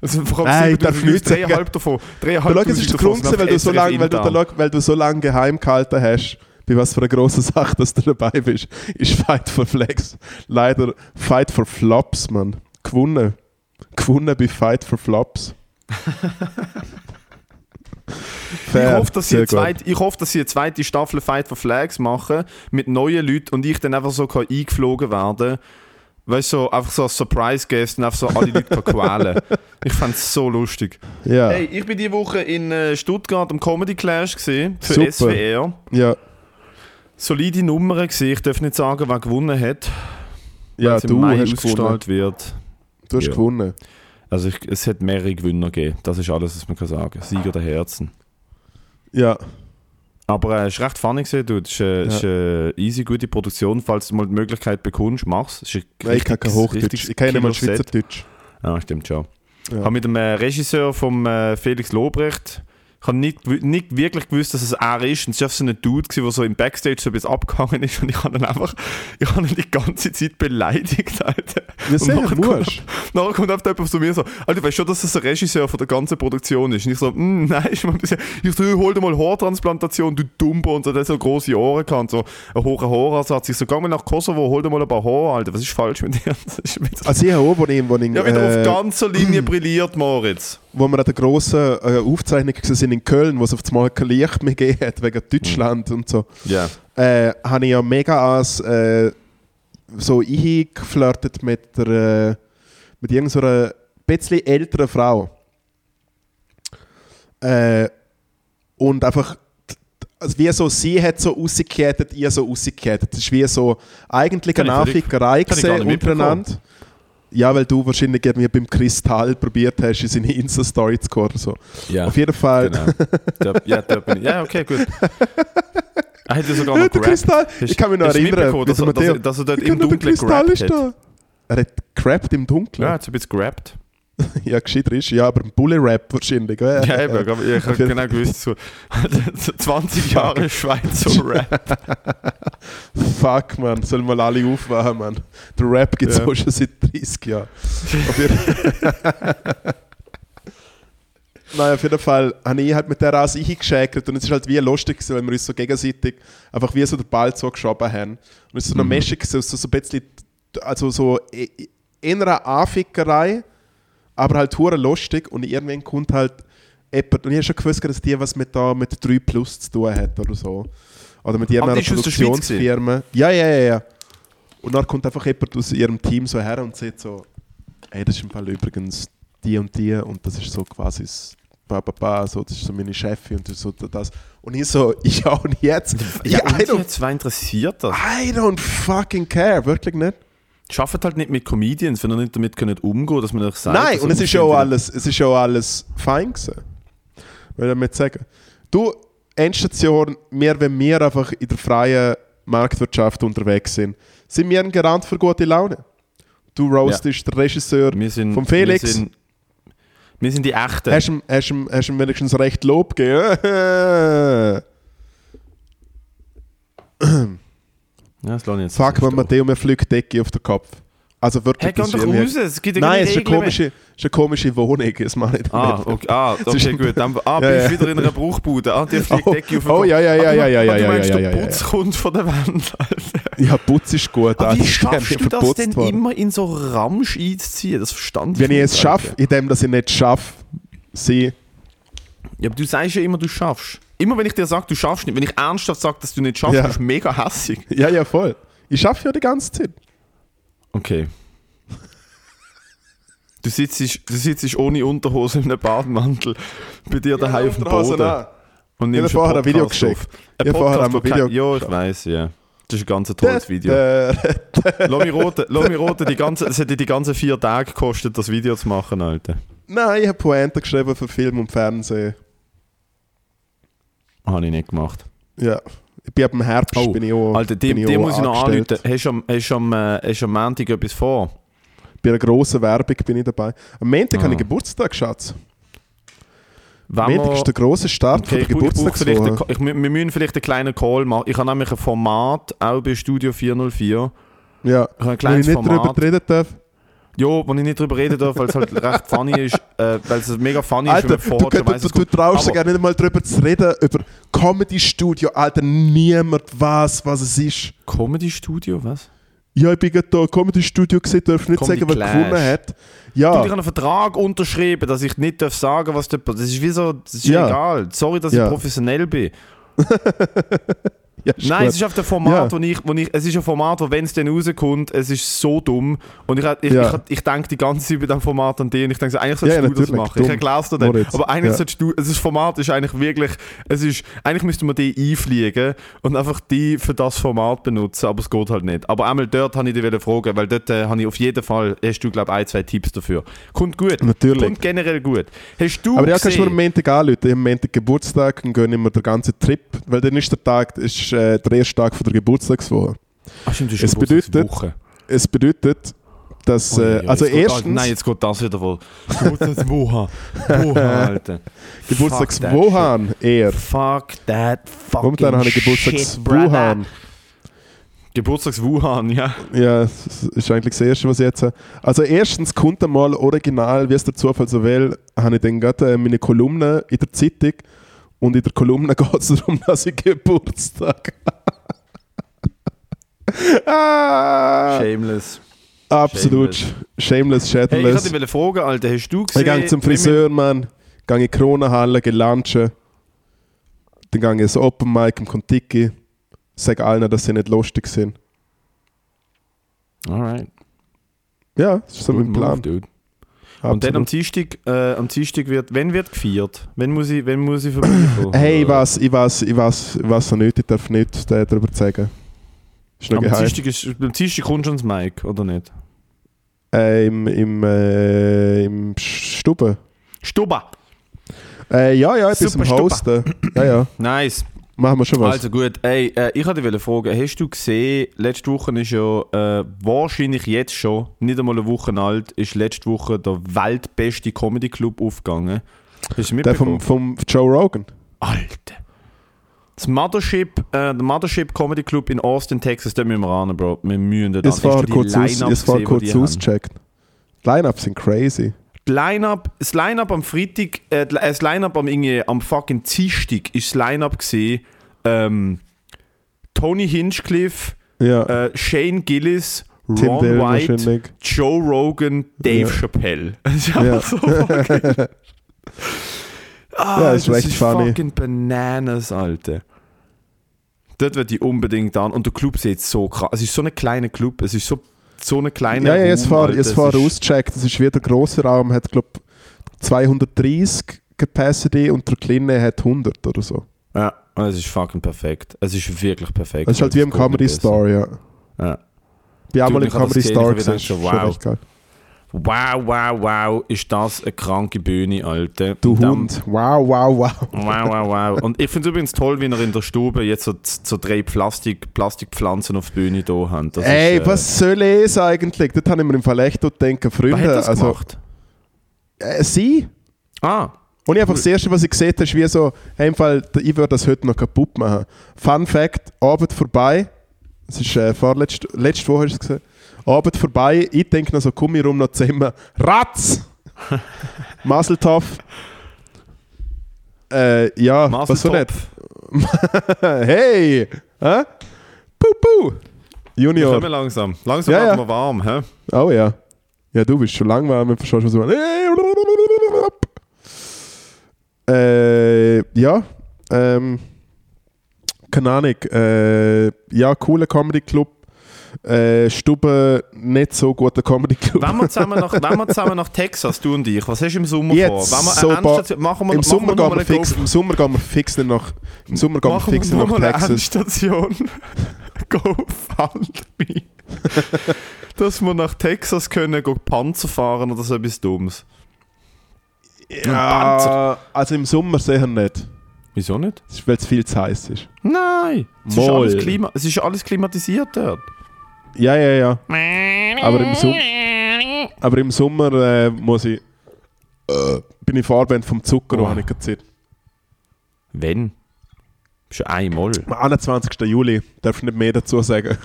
[SPEAKER 2] Also, vor allem
[SPEAKER 1] Nein, ich
[SPEAKER 2] sieben
[SPEAKER 1] darf
[SPEAKER 2] Leute,
[SPEAKER 1] nichts sagen.
[SPEAKER 2] dreieinhalb davon.
[SPEAKER 1] Aber
[SPEAKER 2] Dreieinhalb
[SPEAKER 1] schau, es ist der
[SPEAKER 2] davon
[SPEAKER 1] Grund,
[SPEAKER 2] sind
[SPEAKER 1] gewesen, weil du, so
[SPEAKER 2] einfach
[SPEAKER 1] lang, weil, du,
[SPEAKER 2] Eltern.
[SPEAKER 1] da- weil du so lange geheim gehalten hast, bei was für einer grossen Sache dass du dabei bist, ist Fight for Flex. Leider Fight for Flops, Mann. Gewonnen. Gewonnen bei Fight for Flops. Fair.
[SPEAKER 2] Ich hoffe, dass sie
[SPEAKER 1] Sehr
[SPEAKER 2] eine
[SPEAKER 1] gut.
[SPEAKER 2] zweite, ich hoffe, dass sie eine zweite Staffel Fight for Flags machen mit neuen Leuten und ich dann einfach so kann eingeflogen werden Weißt du, so, einfach so als Surprise-Guest und einfach so alle Leute kann quälen Ich fand's so lustig.
[SPEAKER 1] Ja.
[SPEAKER 2] Hey, ich bin diese Woche in äh, Stuttgart am Comedy Clash gesehen für
[SPEAKER 1] Super.
[SPEAKER 2] SWR.
[SPEAKER 1] ja.
[SPEAKER 2] Solide Nummern gesehen. Ich darf nicht sagen, wer gewonnen hat,
[SPEAKER 1] Ja,
[SPEAKER 2] weil's im
[SPEAKER 1] du
[SPEAKER 2] Mai
[SPEAKER 1] hast gewonnen.
[SPEAKER 2] ausgestrahlt wird.
[SPEAKER 1] Du hast
[SPEAKER 2] Ja.
[SPEAKER 1] gewonnen.
[SPEAKER 2] Also ich, es hat mehrere Gewinner gegeben. Das ist alles, was man kann sagen. Sieger der Herzen.
[SPEAKER 1] Ja.
[SPEAKER 2] Aber äh, es war recht funny, gewesen, du. Es ist, äh, es ist äh, easy, gute Produktion. Falls du mal die Möglichkeit bekommst, mach's. Es ist
[SPEAKER 1] Nein, ich kann kein Hochdeutsch. Ich kann nicht mal
[SPEAKER 2] Schweizer.
[SPEAKER 1] Schweizerdeutsch.
[SPEAKER 2] Ah, stimmt schon.
[SPEAKER 1] Ja.
[SPEAKER 2] Ich habe mit dem äh, Regisseur vom äh, Felix Lobrecht ich habe nicht, gewi- nicht wirklich gewusst, dass es er ist. Und es war so ein Dude, gewesen, der so im Backstage so ein bisschen abgegangen ist. Und ich habe ihn einfach ich habe ihn die ganze Zeit beleidigt, Alter.
[SPEAKER 1] Ja,
[SPEAKER 2] Und
[SPEAKER 1] sicher,
[SPEAKER 2] nachher kommt-
[SPEAKER 1] musst.
[SPEAKER 2] Nachher kommt einfach jemand zu mir und so, Alter, du weißt schon, dass das ein Regisseur von der ganzen Produktion ist. Und ich so, «Mm, nein, ist mir ein bisschen. Ich so, hol dir mal Haartransplantation, du Dumbo und so, der hat so große Ohren kann, so ein hoher Haaransatz. Ich so, geh mal nach Kosovo, hol dir mal ein paar Haare, Alter, was ist falsch mit dir? Das ist mit
[SPEAKER 1] Also ich habe auch, wo ich, wo ich,
[SPEAKER 2] ja, wieder auf
[SPEAKER 1] äh,
[SPEAKER 2] ganzer Linie brilliert, Moritz.
[SPEAKER 1] wo wir an der grossen äh, Aufzeichnung gesehen sind in Köln, wo es auf einmal kein Licht mehr gegeben hat wegen Deutschland und so,
[SPEAKER 2] Ja.
[SPEAKER 1] äh, habe ich ja mega als äh, so eingeflirtet mit der, äh, mit irgendeiner bisschen älteren Frau. Äh, und einfach also wie so, sie hat so rausgekettet, ihr so rausgekettet. Das ist wie so eigentlich eine
[SPEAKER 2] Kann ich völlig-
[SPEAKER 1] Anfickerei
[SPEAKER 2] kann ich gar nicht
[SPEAKER 1] gesehen
[SPEAKER 2] mitbekommen.
[SPEAKER 1] untereinander. Ja, weil du wahrscheinlich irgendwie beim Kristall probiert hast, in seine Insta-Story zu gehen oder so.
[SPEAKER 2] Ja,
[SPEAKER 1] Auf jeden Fall.
[SPEAKER 2] genau. Da- ja, da bin ich. Ja, okay, gut. Er hat ja sogar noch
[SPEAKER 1] Äh, Der
[SPEAKER 2] gerappt.
[SPEAKER 1] Kristall,
[SPEAKER 2] Hast-
[SPEAKER 1] ich kann mich noch
[SPEAKER 2] hast du
[SPEAKER 1] erinnern,
[SPEAKER 2] mitbekommen,
[SPEAKER 1] wie
[SPEAKER 2] dass,
[SPEAKER 1] der
[SPEAKER 2] er- dass,
[SPEAKER 1] Matteo,
[SPEAKER 2] er- dass er dort
[SPEAKER 1] ich
[SPEAKER 2] im
[SPEAKER 1] kann nur, der
[SPEAKER 2] Dunkeln
[SPEAKER 1] Kristall
[SPEAKER 2] gerappt
[SPEAKER 1] ist
[SPEAKER 2] hat.
[SPEAKER 1] da. Er hat gerappt im Dunkeln.
[SPEAKER 2] Ja, er hat so ein bisschen gerappt.
[SPEAKER 1] ja, gescheiter ist. Ja, aber ein Bully-Rap wahrscheinlich. Ja,
[SPEAKER 2] Ja, eben, aber ich habe genau gewusst, so 20 Jahre Schweizer Rap.
[SPEAKER 1] Fuck, man, sollen wir alle aufwachen, man. Der Rap gibt es
[SPEAKER 2] Ja.
[SPEAKER 1] auch schon seit 30 Jahren. Auf jeden- Nein, auf jeden Fall habe ich halt mit der Rase eingeschäkert und es ist halt wie lustig, gewesen, weil wir uns so gegenseitig einfach wie so den Ball zugeschoben haben. Und es ist so eine
[SPEAKER 2] Mhm.
[SPEAKER 1] Mischung, gewesen, so, so ein bisschen, also so i- i- innere Anfickerei, aber halt hure lustig und irgendwann kommt halt jemand, und ich habe schon gewusst, dass die was mit, da, mit 3 Plus zu tun hat oder so. Oder mit
[SPEAKER 2] Ah,
[SPEAKER 1] irgendeiner
[SPEAKER 2] die ist aus der Schweiz gewesen?
[SPEAKER 1] Produktionsfirma. Ja, ja, ja, ja. Und dann kommt einfach jemand aus ihrem Team so her und sagt so, ey, das ist im Fall übrigens die und die und das ist so quasi das ba, ba, ba, so, das ist so meine Chefin und das ist so das. Und ich so, ja und jetzt? Ja, I
[SPEAKER 2] und
[SPEAKER 1] don't,
[SPEAKER 2] jetzt, wer interessiert das?
[SPEAKER 1] I don't fucking care, wirklich nicht.
[SPEAKER 2] Schafft halt nicht mit Comedians, wenn ihr nicht damit könnt umgehen dass man euch sagt.
[SPEAKER 1] Nein,
[SPEAKER 2] dass
[SPEAKER 1] und
[SPEAKER 2] ihr
[SPEAKER 1] es ist ja auch
[SPEAKER 2] findet-
[SPEAKER 1] alles, es ist ja auch alles fein gewesen. Will ich damit sagen. Du, Endstation, wir, wenn wir einfach in der freien Marktwirtschaft unterwegs sind, sind wir ein Garant für gute Laune. Du roastest den Regisseur,
[SPEAKER 2] Wir sind,
[SPEAKER 1] Vom Felix.
[SPEAKER 2] Wir sind, wir sind die Echten.
[SPEAKER 1] hast ihm, hast, ihm, hast ihm wenigstens recht Lob gegeben.
[SPEAKER 2] ja, das lasse ich jetzt
[SPEAKER 1] Fuck,
[SPEAKER 2] so
[SPEAKER 1] wenn Matteo mir fliegt die Decke auf den Kopf. Also wirklich,
[SPEAKER 2] Hey, geh
[SPEAKER 1] das
[SPEAKER 2] doch
[SPEAKER 1] irgendwie-
[SPEAKER 2] raus, es gibt
[SPEAKER 1] Nein, es ist
[SPEAKER 2] irgendwie
[SPEAKER 1] eine komische, es ist eine komische Wohnung, das meine ich damit.
[SPEAKER 2] Ah, okay, ah,
[SPEAKER 1] ist-
[SPEAKER 2] okay gut. Dann, ah,
[SPEAKER 1] Ja,
[SPEAKER 2] bist
[SPEAKER 1] ja.
[SPEAKER 2] wieder in einer Bruchbude. Ah, die fliegt
[SPEAKER 1] Oh,
[SPEAKER 2] Decke auf den
[SPEAKER 1] oh,
[SPEAKER 2] Kopf.
[SPEAKER 1] ja, ja,
[SPEAKER 2] Ah,
[SPEAKER 1] ja,
[SPEAKER 2] du-
[SPEAKER 1] ja, ja,
[SPEAKER 2] ah,
[SPEAKER 1] ja,
[SPEAKER 2] Du meinst,
[SPEAKER 1] ja, ja,
[SPEAKER 2] der
[SPEAKER 1] ja,
[SPEAKER 2] Putz kommt von der Wand. Alter.
[SPEAKER 1] Ja, Putz ist gut.
[SPEAKER 2] Ah,
[SPEAKER 1] Alter.
[SPEAKER 2] wie
[SPEAKER 1] Ich bin
[SPEAKER 2] schaffst du das
[SPEAKER 1] verputzt
[SPEAKER 2] denn
[SPEAKER 1] worden.
[SPEAKER 2] immer in so Ramsch einzuziehen? Das verstand
[SPEAKER 1] Wenn
[SPEAKER 2] nicht,
[SPEAKER 1] ich es
[SPEAKER 2] Alter.
[SPEAKER 1] schaffe, in dem, dass ich nicht schaffe, sie.
[SPEAKER 2] Ja, aber du sagst ja immer, du schaffst. Immer wenn ich dir sage, du schaffst nicht, wenn ich ernsthaft sage, dass du nicht schaffst,
[SPEAKER 1] Ja.
[SPEAKER 2] bist du mega hässig.
[SPEAKER 1] Ja, ja, voll. Ich schaffe ja die ganze Zeit.
[SPEAKER 2] Okay. Du sitzt, du sitzt ohne Unterhose in einem Bademantel bei dir daheim auf dem Boden und
[SPEAKER 1] Ich habe
[SPEAKER 2] nimmst
[SPEAKER 1] vorher ein
[SPEAKER 2] einen
[SPEAKER 1] Video
[SPEAKER 2] Podcast auf.
[SPEAKER 1] geschickt.
[SPEAKER 2] Ein
[SPEAKER 1] Ich habe vorher
[SPEAKER 2] Podcast,
[SPEAKER 1] einmal
[SPEAKER 2] wo
[SPEAKER 1] ein
[SPEAKER 2] kein-
[SPEAKER 1] Video
[SPEAKER 2] Ja, ich weiß, ja. Das ist ein ganz tolles Video.
[SPEAKER 1] Äh,
[SPEAKER 2] Lass mich roten, lass mich roten. Die ganze, es hätte die ganzen vier Tage gekostet, das Video zu machen, Alter.
[SPEAKER 1] nein, ich habe Pointe geschrieben für Film und Fernsehen.
[SPEAKER 2] Habe ich nicht gemacht.
[SPEAKER 1] Ja. Ich bin ab dem Herbst,
[SPEAKER 2] Oh,
[SPEAKER 1] bin ich auch.
[SPEAKER 2] Alter, die,
[SPEAKER 1] bin
[SPEAKER 2] die
[SPEAKER 1] auch
[SPEAKER 2] muss ich noch
[SPEAKER 1] angestellt.
[SPEAKER 2] anrufen. Hast du am, hast du am, äh, hast du am Montag etwas vor?
[SPEAKER 1] Bei einer grossen Werbung bin ich dabei. Am Montag
[SPEAKER 2] Ah.
[SPEAKER 1] habe ich Geburtstag, Schatz. Am
[SPEAKER 2] Wenn
[SPEAKER 1] Montag
[SPEAKER 2] wir,
[SPEAKER 1] ist der grosse Start
[SPEAKER 2] okay,
[SPEAKER 1] für
[SPEAKER 2] ich,
[SPEAKER 1] die
[SPEAKER 2] brauch- ich brauch vielleicht einen,
[SPEAKER 1] Geburtstagswoche.
[SPEAKER 2] Ko- ich, wir wir müssen vielleicht einen kleinen Call machen. Ich habe nämlich ein Format, auch bei Studio 404.
[SPEAKER 1] Ja.
[SPEAKER 2] Ich habe ein
[SPEAKER 1] Wenn ich
[SPEAKER 2] kleines
[SPEAKER 1] nicht
[SPEAKER 2] Format.
[SPEAKER 1] darüber reden darf.
[SPEAKER 2] Ja, wo ich nicht drüber reden darf, weil es halt recht funny ist. Äh, weil es mega funny
[SPEAKER 1] Alter,
[SPEAKER 2] ist, wenn
[SPEAKER 1] du,
[SPEAKER 2] man vorhat,
[SPEAKER 1] du,
[SPEAKER 2] dann weiss
[SPEAKER 1] du,
[SPEAKER 2] es
[SPEAKER 1] du
[SPEAKER 2] gut.
[SPEAKER 1] traust dir
[SPEAKER 2] Aber-
[SPEAKER 1] gar nicht mal drüber zu reden, über Comedy-Studio. Alter, niemand weiß, was es ist.
[SPEAKER 2] Comedy-Studio, was?
[SPEAKER 1] Ja, ich bin gerade da Comedy-Studio gesehen, darf nicht
[SPEAKER 2] Comedy
[SPEAKER 1] sagen, wer
[SPEAKER 2] Clash.
[SPEAKER 1] gewonnen hat.
[SPEAKER 2] Du, ich habe
[SPEAKER 1] Ja,
[SPEAKER 2] einen Vertrag unterschrieben, dass ich nicht darf sagen was der... Das ist wie so... Das ist
[SPEAKER 1] Ja.
[SPEAKER 2] egal. Sorry, dass
[SPEAKER 1] Ja.
[SPEAKER 2] ich professionell bin.
[SPEAKER 1] ja ist
[SPEAKER 2] Nein,
[SPEAKER 1] gut.
[SPEAKER 2] es ist auf ein Format,
[SPEAKER 1] Ja.
[SPEAKER 2] wo ich, wo ich, es ist ein Format, wo wenn es dann rauskommt, es ist so dumm. Und ich, ich,
[SPEAKER 1] Ja.
[SPEAKER 2] ich, ich denke die ganze Zeit bei diesem Format an dich und ich denke so, eigentlich solltest
[SPEAKER 1] Ja,
[SPEAKER 2] du das
[SPEAKER 1] natürlich,
[SPEAKER 2] machen. Ich
[SPEAKER 1] dumm.
[SPEAKER 2] erklär's dir dann.
[SPEAKER 1] Moritz,
[SPEAKER 2] Aber eigentlich
[SPEAKER 1] ja.
[SPEAKER 2] solltest du, also das Format ist eigentlich wirklich, es ist, eigentlich müsste man die einfliegen und einfach die für das Format benutzen, aber es geht halt nicht. Aber einmal dort habe ich dich wollen fragen, weil dort äh, habe ich auf jeden Fall, hast du glaube ein, zwei Tipps dafür. Kommt gut.
[SPEAKER 1] Natürlich.
[SPEAKER 2] Kommt generell gut. Hast du
[SPEAKER 1] Aber ja, kannst du mir am
[SPEAKER 2] gesehen,
[SPEAKER 1] Montag anrufen. Ich habe am Montag Geburtstag und gönne mir den ganzen Trip, weil dann ist der Tag, das ist äh, der erste Tag von der Geburtstagswoche.
[SPEAKER 2] Ach, Ah, stimmt, das ist
[SPEAKER 1] es
[SPEAKER 2] Geburtstagswoche.
[SPEAKER 1] bedeutet- Es bedeutet, dass,
[SPEAKER 2] Ui,
[SPEAKER 1] äh,
[SPEAKER 2] ui,
[SPEAKER 1] also
[SPEAKER 2] jetzt geht-
[SPEAKER 1] erstens,
[SPEAKER 2] ah, nein, jetzt geht das wieder wohl. Geburtstagswoha. Woha, Alter.
[SPEAKER 1] Geburtstagswohan eher.
[SPEAKER 2] Fuck that fucking
[SPEAKER 1] Momentan habe ich
[SPEAKER 2] shit,
[SPEAKER 1] Geburtstagswohan.
[SPEAKER 2] brother. Geburtstagswohan, ja.
[SPEAKER 1] Ja, das ist eigentlich das Erste, was ich jetzt habe. Also erstens kommt einmal original, wie es der Zufall so will, habe ich dann gerade äh, meine Kolumne in der Zeitung und in der Kolumne geht es darum, dass ich Geburtstag habe. ah,
[SPEAKER 2] Shameless.
[SPEAKER 1] absolut shameless,
[SPEAKER 2] Hey, ich wollte
[SPEAKER 1] shameless.
[SPEAKER 2] dich wollen fragen, Alter, hast du
[SPEAKER 1] ich
[SPEAKER 2] gesehen...
[SPEAKER 1] gehe zum
[SPEAKER 2] wie wir-
[SPEAKER 1] Friseur, Mann. Ich gehe in die Kronenhalle, gehe lunchen. Dann gehe ich ins Open Mic im Kontiki. Sag allen, dass sie nicht lustig sind.
[SPEAKER 2] Alright.
[SPEAKER 1] Ja, das ist so mein
[SPEAKER 2] Good move,
[SPEAKER 1] Plan.
[SPEAKER 2] dude. Und dann am
[SPEAKER 1] Absolut.
[SPEAKER 2] Dienstag, äh, am Dienstag wird... Wenn wird gefeiert? Wenn muss ich, wenn muss ich vorbeikommen?
[SPEAKER 1] Hey, ich
[SPEAKER 2] Oder-
[SPEAKER 1] weiß, ich weiß, ich weiß, ich weiß noch nicht, ich darf nicht äh, darüber sagen. Ist noch
[SPEAKER 2] Am
[SPEAKER 1] geheim.
[SPEAKER 2] Dienstag, ist, am Dienstag kommst du ans Mike, oder nicht?
[SPEAKER 1] Äh, Im im, äh, im Stube.
[SPEAKER 2] Stuba!
[SPEAKER 1] Äh, ja, ja, ich bin
[SPEAKER 2] Super
[SPEAKER 1] am Hosten. Ja, ja.
[SPEAKER 2] Nice.
[SPEAKER 1] Machen wir schon was.
[SPEAKER 2] Also gut, ey, äh, ich wollte dich fragen, hast du gesehen, letzte Woche ist ja, äh, wahrscheinlich jetzt schon, nicht einmal eine Woche alt, ist letzte Woche der weltbeste Comedy Club aufgegangen. Hast du
[SPEAKER 1] der
[SPEAKER 2] mitbekommen?
[SPEAKER 1] vom, vom Joe Rogan.
[SPEAKER 2] Alter. Das Mothership, äh, der Mothership Comedy Club in Austin, Texas, den müssen wir ran, Bro. Wir müssen da
[SPEAKER 1] Das war kurz, aus, das war kurz auscheckt. Line-Ups sind crazy.
[SPEAKER 2] Line-up, das Line-up am Freitag, äh, die- äh, das Line-up am, irgendwie am fucking Dienstag ist das Line-up gesehen. Ähm, Tony Hinchcliffe,
[SPEAKER 1] Ja.
[SPEAKER 2] äh, Shane Gillis,
[SPEAKER 1] Tim
[SPEAKER 2] Ron
[SPEAKER 1] Dillon
[SPEAKER 2] White,
[SPEAKER 1] wahrscheinlich.
[SPEAKER 2] Joe Rogan, Dave
[SPEAKER 1] Ja.
[SPEAKER 2] Chappelle. Das ist einfach
[SPEAKER 1] Ja.
[SPEAKER 2] so fucking- Ah,
[SPEAKER 1] Ja, ist
[SPEAKER 2] das
[SPEAKER 1] recht
[SPEAKER 2] ist
[SPEAKER 1] funny.
[SPEAKER 2] fucking bananas, Alter. Dort wird die unbedingt an. Und der Club sieht so krass. Es ist so ein kleiner Club. Es ist so, so eine kleine.
[SPEAKER 1] Ja, ja, jetzt
[SPEAKER 2] Raum,
[SPEAKER 1] fahr,
[SPEAKER 2] Alter.
[SPEAKER 1] jetzt
[SPEAKER 2] Es
[SPEAKER 1] fahr
[SPEAKER 2] ist-
[SPEAKER 1] auscheckt. Das ist wieder grosser Raum, hat glaube 230 Capacity und der kleine hat 100 oder so.
[SPEAKER 2] Ja, es ist fucking perfekt. Es ist wirklich perfekt.
[SPEAKER 1] Das ist halt wie im
[SPEAKER 2] geht nicht
[SPEAKER 1] Comedy
[SPEAKER 2] besser.
[SPEAKER 1] Star, ja.
[SPEAKER 2] Ja.
[SPEAKER 1] Bin auch
[SPEAKER 2] Du,
[SPEAKER 1] mal im
[SPEAKER 2] ich hab das
[SPEAKER 1] Comedy
[SPEAKER 2] gesehen,
[SPEAKER 1] Star
[SPEAKER 2] ich hab
[SPEAKER 1] gesehen.
[SPEAKER 2] gedacht,
[SPEAKER 1] ist schon
[SPEAKER 2] wow.
[SPEAKER 1] recht geil.
[SPEAKER 2] Wow, wow, wow, ist das eine kranke Bühne, Alter.
[SPEAKER 1] Du
[SPEAKER 2] Und dann-
[SPEAKER 1] Hund. Wow, wow, wow.
[SPEAKER 2] Wow, wow, wow. Und ich finde es übrigens toll, wie er in der Stube jetzt so, so drei Plastik, Plastikpflanzen auf der Bühne da haben. Das
[SPEAKER 1] Ey,
[SPEAKER 2] ist, äh,
[SPEAKER 1] was soll es eigentlich? Das habe ich mir im Fall echt dort denken,
[SPEAKER 2] Wer hat
[SPEAKER 1] Freunde.
[SPEAKER 2] das
[SPEAKER 1] Also,
[SPEAKER 2] gemacht?
[SPEAKER 1] äh, sie?
[SPEAKER 2] Ah,
[SPEAKER 1] Und ich einfach das erste, was ich gesehen habe, ist wie so, hey, im Fall, ich würde das heute noch kaputt machen. Fun Fact, Abend vorbei, es ist äh, vorletzt, letzte Woche hast du es gesehen, Abend vorbei, ich denke noch so, komm ich rum noch zusammen, Ratz! Maseltoff. Äh, ja, was so nicht?
[SPEAKER 2] Maseltopf.
[SPEAKER 1] hey! Hä? Puh, puh!
[SPEAKER 2] Wir
[SPEAKER 1] Junior.
[SPEAKER 2] kommen langsam. Langsam
[SPEAKER 1] Ja,
[SPEAKER 2] werden
[SPEAKER 1] ja.
[SPEAKER 2] wir warm, hä?
[SPEAKER 1] Oh ja. Ja, du bist schon langweilig, wenn du schon so. Äh, ja. Ähm, keine Ahnung. Äh, ja, cooler Comedy Club. Äh, Stube, nicht so guter Comedy Club.
[SPEAKER 2] Wenn wir, zusammen nach, wenn wir zusammen nach Texas, du und ich, was hast du im Sommer
[SPEAKER 1] Jetzt,
[SPEAKER 2] vor? Wenn wir
[SPEAKER 1] so
[SPEAKER 2] eine
[SPEAKER 1] ba-
[SPEAKER 2] Endstation, machen wir,
[SPEAKER 1] Im
[SPEAKER 2] machen
[SPEAKER 1] Sommer,
[SPEAKER 2] wir
[SPEAKER 1] gehen
[SPEAKER 2] nochmal
[SPEAKER 1] wir
[SPEAKER 2] eine
[SPEAKER 1] fix,
[SPEAKER 2] Go-
[SPEAKER 1] Im Sommer gehen wir fix nicht nach, im Sommer gehen wir
[SPEAKER 2] machen wir
[SPEAKER 1] fix nicht
[SPEAKER 2] nochmal
[SPEAKER 1] nach
[SPEAKER 2] eine
[SPEAKER 1] Texas.
[SPEAKER 2] Endstation. GoFundMe. Dass wir nach Texas können, go Panzer fahren oder so etwas Dummes.
[SPEAKER 1] Ja, also im Sommer sicher nicht.
[SPEAKER 2] Wieso nicht?
[SPEAKER 1] Das ist, Weil es viel zu heiß ist.
[SPEAKER 2] Nein! Es ist,
[SPEAKER 1] Moll.
[SPEAKER 2] alles Klima es ist alles klimatisiert dort.
[SPEAKER 1] Ja, ja, ja. Aber im, Sum aber im Sommer äh, muss ich. Äh, bin ich Fahrband vom Zucker
[SPEAKER 2] Oh.
[SPEAKER 1] und habe nicht Zeit.
[SPEAKER 2] Wenn? Schon einmal.
[SPEAKER 1] Am 21. Juli darf ich nicht mehr dazu sagen.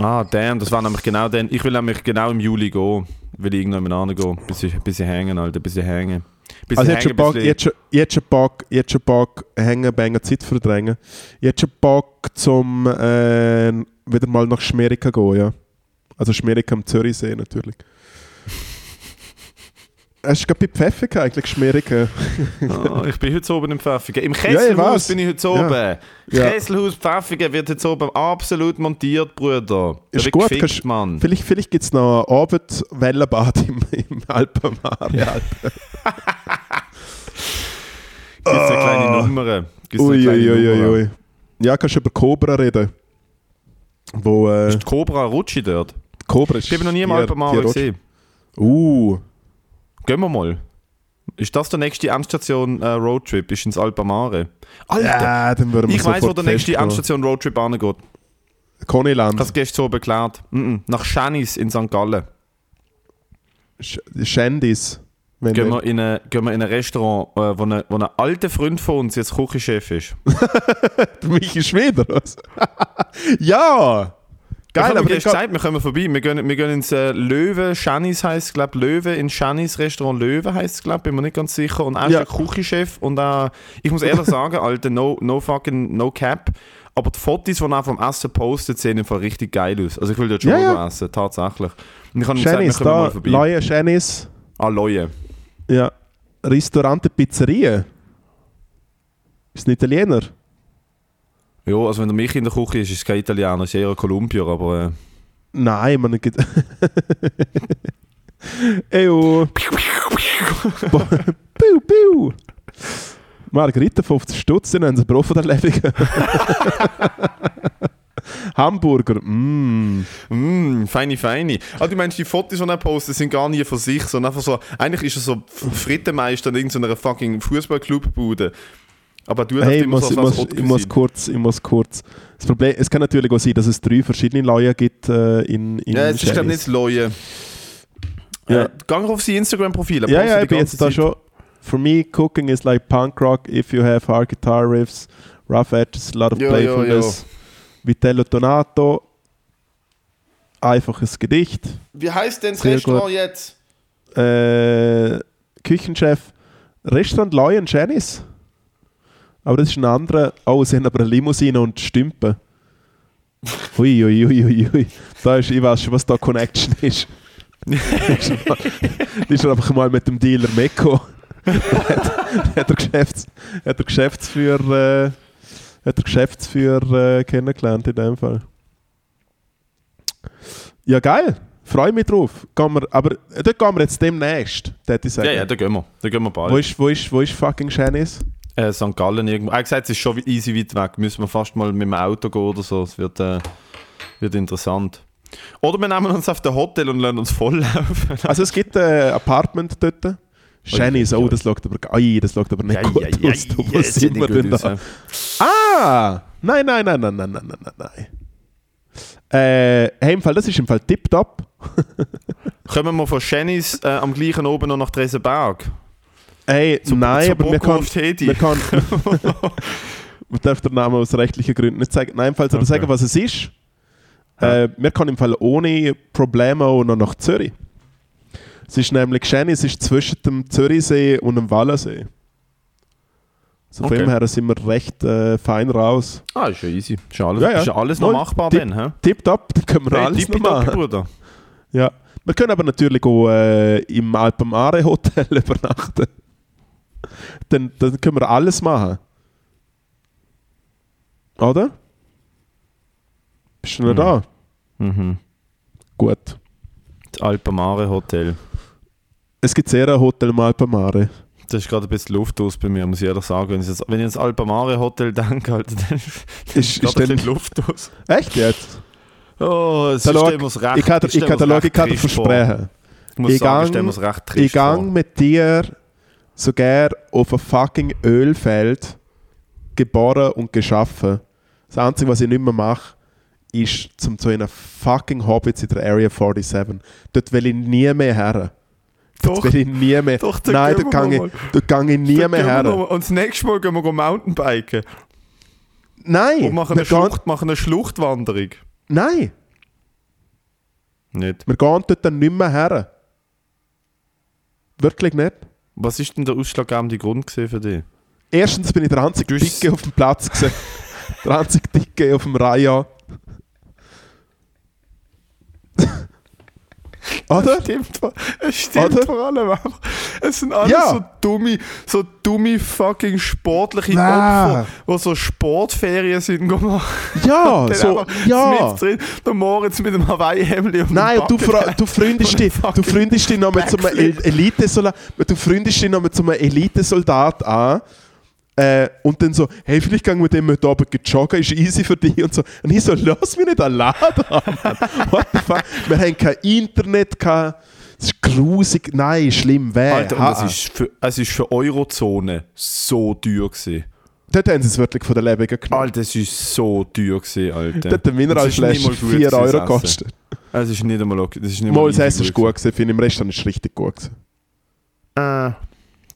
[SPEAKER 2] Ah, damn, das war nämlich genau dann. Ich will nämlich genau im Juli gehen. Will ich irgendwann angehen. Bis ich, bis ich hängen, Alter. Bis ich hängen. Bis
[SPEAKER 1] also
[SPEAKER 2] ich
[SPEAKER 1] jetzt schon
[SPEAKER 2] hängen,
[SPEAKER 1] Bock,
[SPEAKER 2] bisschen-
[SPEAKER 1] jetzt schon, jetzt schon Bock, jetzt schon Bock hängen, bängen, Zeit verdrängen. Jetzt schon Bock zum äh, wieder mal nach Schmerika gehen, ja. Also Schmerika am Zürichsee natürlich. Es ist gerade bei Pfeffika eigentlich Schmerika.
[SPEAKER 2] Ah, ich bin heute oben im Pfäffigen. Im
[SPEAKER 1] Ja, ich
[SPEAKER 2] Kesselhaus
[SPEAKER 1] weiß.
[SPEAKER 2] bin ich heute
[SPEAKER 1] Ja.
[SPEAKER 2] oben.
[SPEAKER 1] Ja.
[SPEAKER 2] Kesselhaus Pfäffigen wird jetzt oben absolut montiert, Bruder. Da
[SPEAKER 1] Ist
[SPEAKER 2] wird
[SPEAKER 1] gut,
[SPEAKER 2] gefickt,
[SPEAKER 1] kannst-
[SPEAKER 2] Mann.
[SPEAKER 1] Vielleicht, vielleicht gibt es noch ein Abendwellenbad im, im Alpenmar.
[SPEAKER 2] Gibt's eine
[SPEAKER 1] Ah.
[SPEAKER 2] kleine Nummer. Gibt's eine kleine Nummer.
[SPEAKER 1] Uiuiuiui. Ja, kannst du über Cobra reden. Wo äh,
[SPEAKER 2] Ist die Cobra Rutschi dort?
[SPEAKER 1] Cobra ist.
[SPEAKER 2] Ich habe noch nie im
[SPEAKER 1] die-
[SPEAKER 2] Alpenmaler
[SPEAKER 1] die Rot-
[SPEAKER 2] gesehen.
[SPEAKER 1] Uh,
[SPEAKER 2] Gehen wir mal. Ist das der nächste Endstation äh, Roadtrip? Ist ins Alpamare? Alter!
[SPEAKER 1] ja, dann würden wir
[SPEAKER 2] Ich weiß, wo
[SPEAKER 1] sofort
[SPEAKER 2] der nächste
[SPEAKER 1] festgenommen.
[SPEAKER 2] Endstation Roadtrip angeht. Ich
[SPEAKER 1] Coniland,
[SPEAKER 2] habe gestern so beklärt. Mm -mm. Nach Shannis in St. Gallen.
[SPEAKER 1] Sch Shandys. Wenn
[SPEAKER 2] Gehen
[SPEAKER 1] wir-
[SPEAKER 2] wir, in ein, gehen wir in ein Restaurant, äh, wo, ein, wo ein alter Freund von uns jetzt Küchenchef ist.
[SPEAKER 1] Michi Schweder, was? ja!
[SPEAKER 2] Geil,
[SPEAKER 1] Geil,
[SPEAKER 2] ich habe
[SPEAKER 1] aber
[SPEAKER 2] gestern
[SPEAKER 1] ich
[SPEAKER 2] gesagt, wir kommen vorbei. Wir gehen, wir gehen ins äh, Löwe, Shannis heisst es, glaube Löwe, ins Shannis Restaurant Löwe heisst es, glaube bin mir nicht ganz sicher. Und er ist
[SPEAKER 1] Ja.
[SPEAKER 2] der Küchenchef. Und äh, ich muss ehrlich sagen, Alter, no, no fucking, no cap. Aber die Fotos, die er vom Essen postet, sehen einfach richtig geil aus. Also ich will dort schon
[SPEAKER 1] Ja,
[SPEAKER 2] mal
[SPEAKER 1] ja.
[SPEAKER 2] essen, tatsächlich. Und ich habe ihm gesagt, wir
[SPEAKER 1] Shandys,
[SPEAKER 2] kommen mal
[SPEAKER 1] da,
[SPEAKER 2] vorbei.
[SPEAKER 1] neue Shandys.
[SPEAKER 2] Ah, Leue.
[SPEAKER 1] Ja. Restaurante Pizzeria. Ist ein Italiener.
[SPEAKER 2] Ja, also wenn er mich in der Küche ist, ist es kein Italiener, ist eher ein Kolumbier, aber... Äh,
[SPEAKER 1] Nein, man geht. Ejo. Bo- piu, piu. Margarita 50 Stutz, dann haben sie Brot von der Lebige. Hamburger, mm.
[SPEAKER 2] Mm, feine, feine. Ah, du meinst, die Fotos, die er postet, sind gar nie von sich, sondern einfach so, eigentlich ist er so F- Frittenmeister in irgendeiner fucking Fußballclubbude. Aber du
[SPEAKER 1] Hey, ich muss, ich, muss, ich muss kurz, ich muss kurz. Das Problem, es kann natürlich auch sein, dass es drei verschiedene Laien gibt äh, in, in
[SPEAKER 2] Ja, jetzt ist glaube nicht
[SPEAKER 1] Shellys.
[SPEAKER 2] Leue.
[SPEAKER 1] Ja.
[SPEAKER 2] Ja. Gang auf sein Instagram-Profil. er
[SPEAKER 1] Ja,
[SPEAKER 2] postet
[SPEAKER 1] ja,
[SPEAKER 2] die
[SPEAKER 1] ich bin
[SPEAKER 2] ganze
[SPEAKER 1] jetzt da
[SPEAKER 2] Zeit-
[SPEAKER 1] schon. For me, cooking is like punk rock if you have hard guitar riffs, rough edges, a lot of
[SPEAKER 2] Jo, jo,
[SPEAKER 1] playfulness. Vitello Donato, einfaches Gedicht.
[SPEAKER 2] Wie heißt denn das
[SPEAKER 1] Sehr
[SPEAKER 2] Restaurant jetzt?
[SPEAKER 1] Äh, Küchenchef, Restaurant Lion Janice. Aber das ist ein anderer. Oh, sie haben aber eine Limousine und Stümpen. Hui, hui, hui, hui, hui. Da ist, ich weiß schon, was da Connection ist. Die ist einfach mal mit dem Dealer Meko. hat, hat, der Geschäfts, hat der Geschäftsführer, äh, hat der Geschäftsführer äh, kennengelernt in dem Fall. Ja, geil. Freue mich drauf. Gehen wir, aber äh, dort gehen wir jetzt demnächst, hätte ich sagen.
[SPEAKER 2] Ja, ja, da gehen wir. Da gehen wir bald.
[SPEAKER 1] wo, ist, wo, ist, wo ist fucking Janice?
[SPEAKER 2] Äh, St. Gallen irgendwo. Er hat gesagt, es ist schon easy weit weg. Müssen wir fast mal mit dem Auto gehen oder so. Es wird, äh, wird interessant. Oder wir nehmen uns auf das Hotel und lassen uns volllaufen.
[SPEAKER 1] Also es gibt ein Apartment dort. Janice, oh, das schaut aber, ei, das schaut aber nicht gut aus. Du, wo
[SPEAKER 2] jetzt sieht
[SPEAKER 1] sind wir
[SPEAKER 2] nicht
[SPEAKER 1] denn
[SPEAKER 2] gut
[SPEAKER 1] da?
[SPEAKER 2] aus,
[SPEAKER 1] Ah! Nein, nein, nein, nein, nein, nein, nein, nein, nein. Äh, hey, im Fall, das ist im Fall tipptopp.
[SPEAKER 2] ja. Kommen wir von Schennis äh, am gleichen oben noch nach Dresenberg?
[SPEAKER 1] Hey, nein,
[SPEAKER 2] zu
[SPEAKER 1] aber wir
[SPEAKER 2] Bockenhof
[SPEAKER 1] können,
[SPEAKER 2] Teddy.
[SPEAKER 1] wir können, wir dürfen den Namen aus rechtlichen Gründen nicht zeigen. Nein, falls okay.
[SPEAKER 2] Okay.
[SPEAKER 1] sagen, was es ist, äh, wir können im Fall ohne Probleme auch noch nach Zürich. Es ist nämlich Schäni, es ist zwischen dem Zürichsee und dem Wallersee. Also
[SPEAKER 2] Okay.
[SPEAKER 1] von dem her sind wir recht äh, fein raus.
[SPEAKER 2] Ah, ist ja easy. Ist ja alles,
[SPEAKER 1] Ja, ja.
[SPEAKER 2] Ist ja alles noch
[SPEAKER 1] Null.
[SPEAKER 2] machbar
[SPEAKER 1] Die-
[SPEAKER 2] dann, hä?
[SPEAKER 1] Tipptopp, dann können wir
[SPEAKER 2] Hey,
[SPEAKER 1] alles noch
[SPEAKER 2] tippitoppi,
[SPEAKER 1] machen.
[SPEAKER 2] Bruder.
[SPEAKER 1] Ja. Wir können aber natürlich auch äh, im Alpamare Hotel übernachten. Dann, dann können wir alles machen. Oder? Bist du noch
[SPEAKER 2] Mhm.
[SPEAKER 1] da?
[SPEAKER 2] Mhm.
[SPEAKER 1] Gut.
[SPEAKER 2] Das Alpamare Hotel.
[SPEAKER 1] Es gibt sehr ein Hotel im Alpamare.
[SPEAKER 2] Das ist gerade ein bisschen Luft aus bei mir, muss ich ehrlich sagen. Wenn ich, jetzt, wenn ich ans Alpamare Hotel denke, Alter, dann ist
[SPEAKER 1] Ist, ist
[SPEAKER 2] gerade ein
[SPEAKER 1] denn,
[SPEAKER 2] bisschen Luft aus.
[SPEAKER 1] echt jetzt?
[SPEAKER 2] Oh, es
[SPEAKER 1] Da
[SPEAKER 2] ist
[SPEAKER 1] schau,
[SPEAKER 2] stellen wir's recht.
[SPEAKER 1] ich kann dir,
[SPEAKER 2] es
[SPEAKER 1] ich
[SPEAKER 2] stellen
[SPEAKER 1] kann
[SPEAKER 2] wir's
[SPEAKER 1] dir, schau,
[SPEAKER 2] recht
[SPEAKER 1] ich kann dir
[SPEAKER 2] trist vor.
[SPEAKER 1] versprechen.
[SPEAKER 2] Ich muss
[SPEAKER 1] ich gang-
[SPEAKER 2] sagen, stellen wir es recht trist
[SPEAKER 1] Ich gehe
[SPEAKER 2] vor.
[SPEAKER 1] mit dir so gern auf ein fucking Ölfeld geboren und geschaffen. Das Einzige, was ich nicht mehr mache, ist zum zu einer fucking Hobbits in der Area 47. Dort will ich nie mehr her. Dort
[SPEAKER 2] Doch,
[SPEAKER 1] will ich nie mehr.
[SPEAKER 2] doch, da
[SPEAKER 1] Nein,
[SPEAKER 2] gehen
[SPEAKER 1] dort
[SPEAKER 2] wir
[SPEAKER 1] gehe ich,
[SPEAKER 2] mal.
[SPEAKER 1] dort gehe ich nie
[SPEAKER 2] Dann
[SPEAKER 1] mehr
[SPEAKER 2] gehen wir
[SPEAKER 1] her.
[SPEAKER 2] noch mal- Und das nächste Mal gehen wir go Mountainbiken
[SPEAKER 1] Nein,
[SPEAKER 2] und machen
[SPEAKER 1] wir
[SPEAKER 2] eine,
[SPEAKER 1] gehen,
[SPEAKER 2] Schlucht, machen eine Schluchtwanderung.
[SPEAKER 1] nein,
[SPEAKER 2] Nicht.
[SPEAKER 1] wir gehen dort dann nicht mehr her. Wirklich nicht.
[SPEAKER 2] Was ist denn der ausschlaggebende Grund gewesen für dich?
[SPEAKER 1] Erstens bin ich der
[SPEAKER 2] Du
[SPEAKER 1] einzige
[SPEAKER 2] hast-
[SPEAKER 1] Dicke auf dem Platz gewesen. der einzige Dicke auf dem Reihe. Oder?
[SPEAKER 2] Stimmt, vor- es stimmt
[SPEAKER 1] Oder?
[SPEAKER 2] vor allem einfach. Es sind alles
[SPEAKER 1] Ja.
[SPEAKER 2] so dumme, so dumme fucking sportliche Opfer,
[SPEAKER 1] Nein.
[SPEAKER 2] die so Sportferien sind gemacht.
[SPEAKER 1] Ja, so, Also, ja.
[SPEAKER 2] Drin, der Moritz mit dem Hawaii-Hemd und
[SPEAKER 1] Nein,
[SPEAKER 2] dem
[SPEAKER 1] und du, fre- du freundest dich, du
[SPEAKER 2] Fucking
[SPEAKER 1] freundest dich noch mit so einem El-
[SPEAKER 2] Backflip.
[SPEAKER 1] Elitesoldat, du freundest dich noch mit so einem Elitesoldat an. Äh, und dann so, hey, vielleicht gehen wir mit dem heute Abend joggen, ist easy für dich und so. Und ich so, lass mich nicht allein da, Mann. What the fuck? Wir haben kein Internet, kein... Es ist grusig, nein, schlimm, weh.
[SPEAKER 2] Alter, und
[SPEAKER 1] Äh, ha,
[SPEAKER 2] es
[SPEAKER 1] ha.
[SPEAKER 2] ist für, es ist für Eurozone so teuer gewesen.
[SPEAKER 1] Dort haben sie es wirklich von der Leber genommen.
[SPEAKER 2] Alter, es ist so teuer gewesen, Alter.
[SPEAKER 1] Dort hat der
[SPEAKER 2] Es ist
[SPEAKER 1] Mineralflasche
[SPEAKER 2] nicht mal gut gewesen,
[SPEAKER 1] 4 Euro
[SPEAKER 2] das Essen.
[SPEAKER 1] gekostet.
[SPEAKER 2] Es ist nicht einmal okay. Das ist nicht
[SPEAKER 1] Mal, das
[SPEAKER 2] easy
[SPEAKER 1] Essen war gut, gewesen, finde ich. Im Restaurant ist es richtig gut. Gewesen.
[SPEAKER 2] Äh,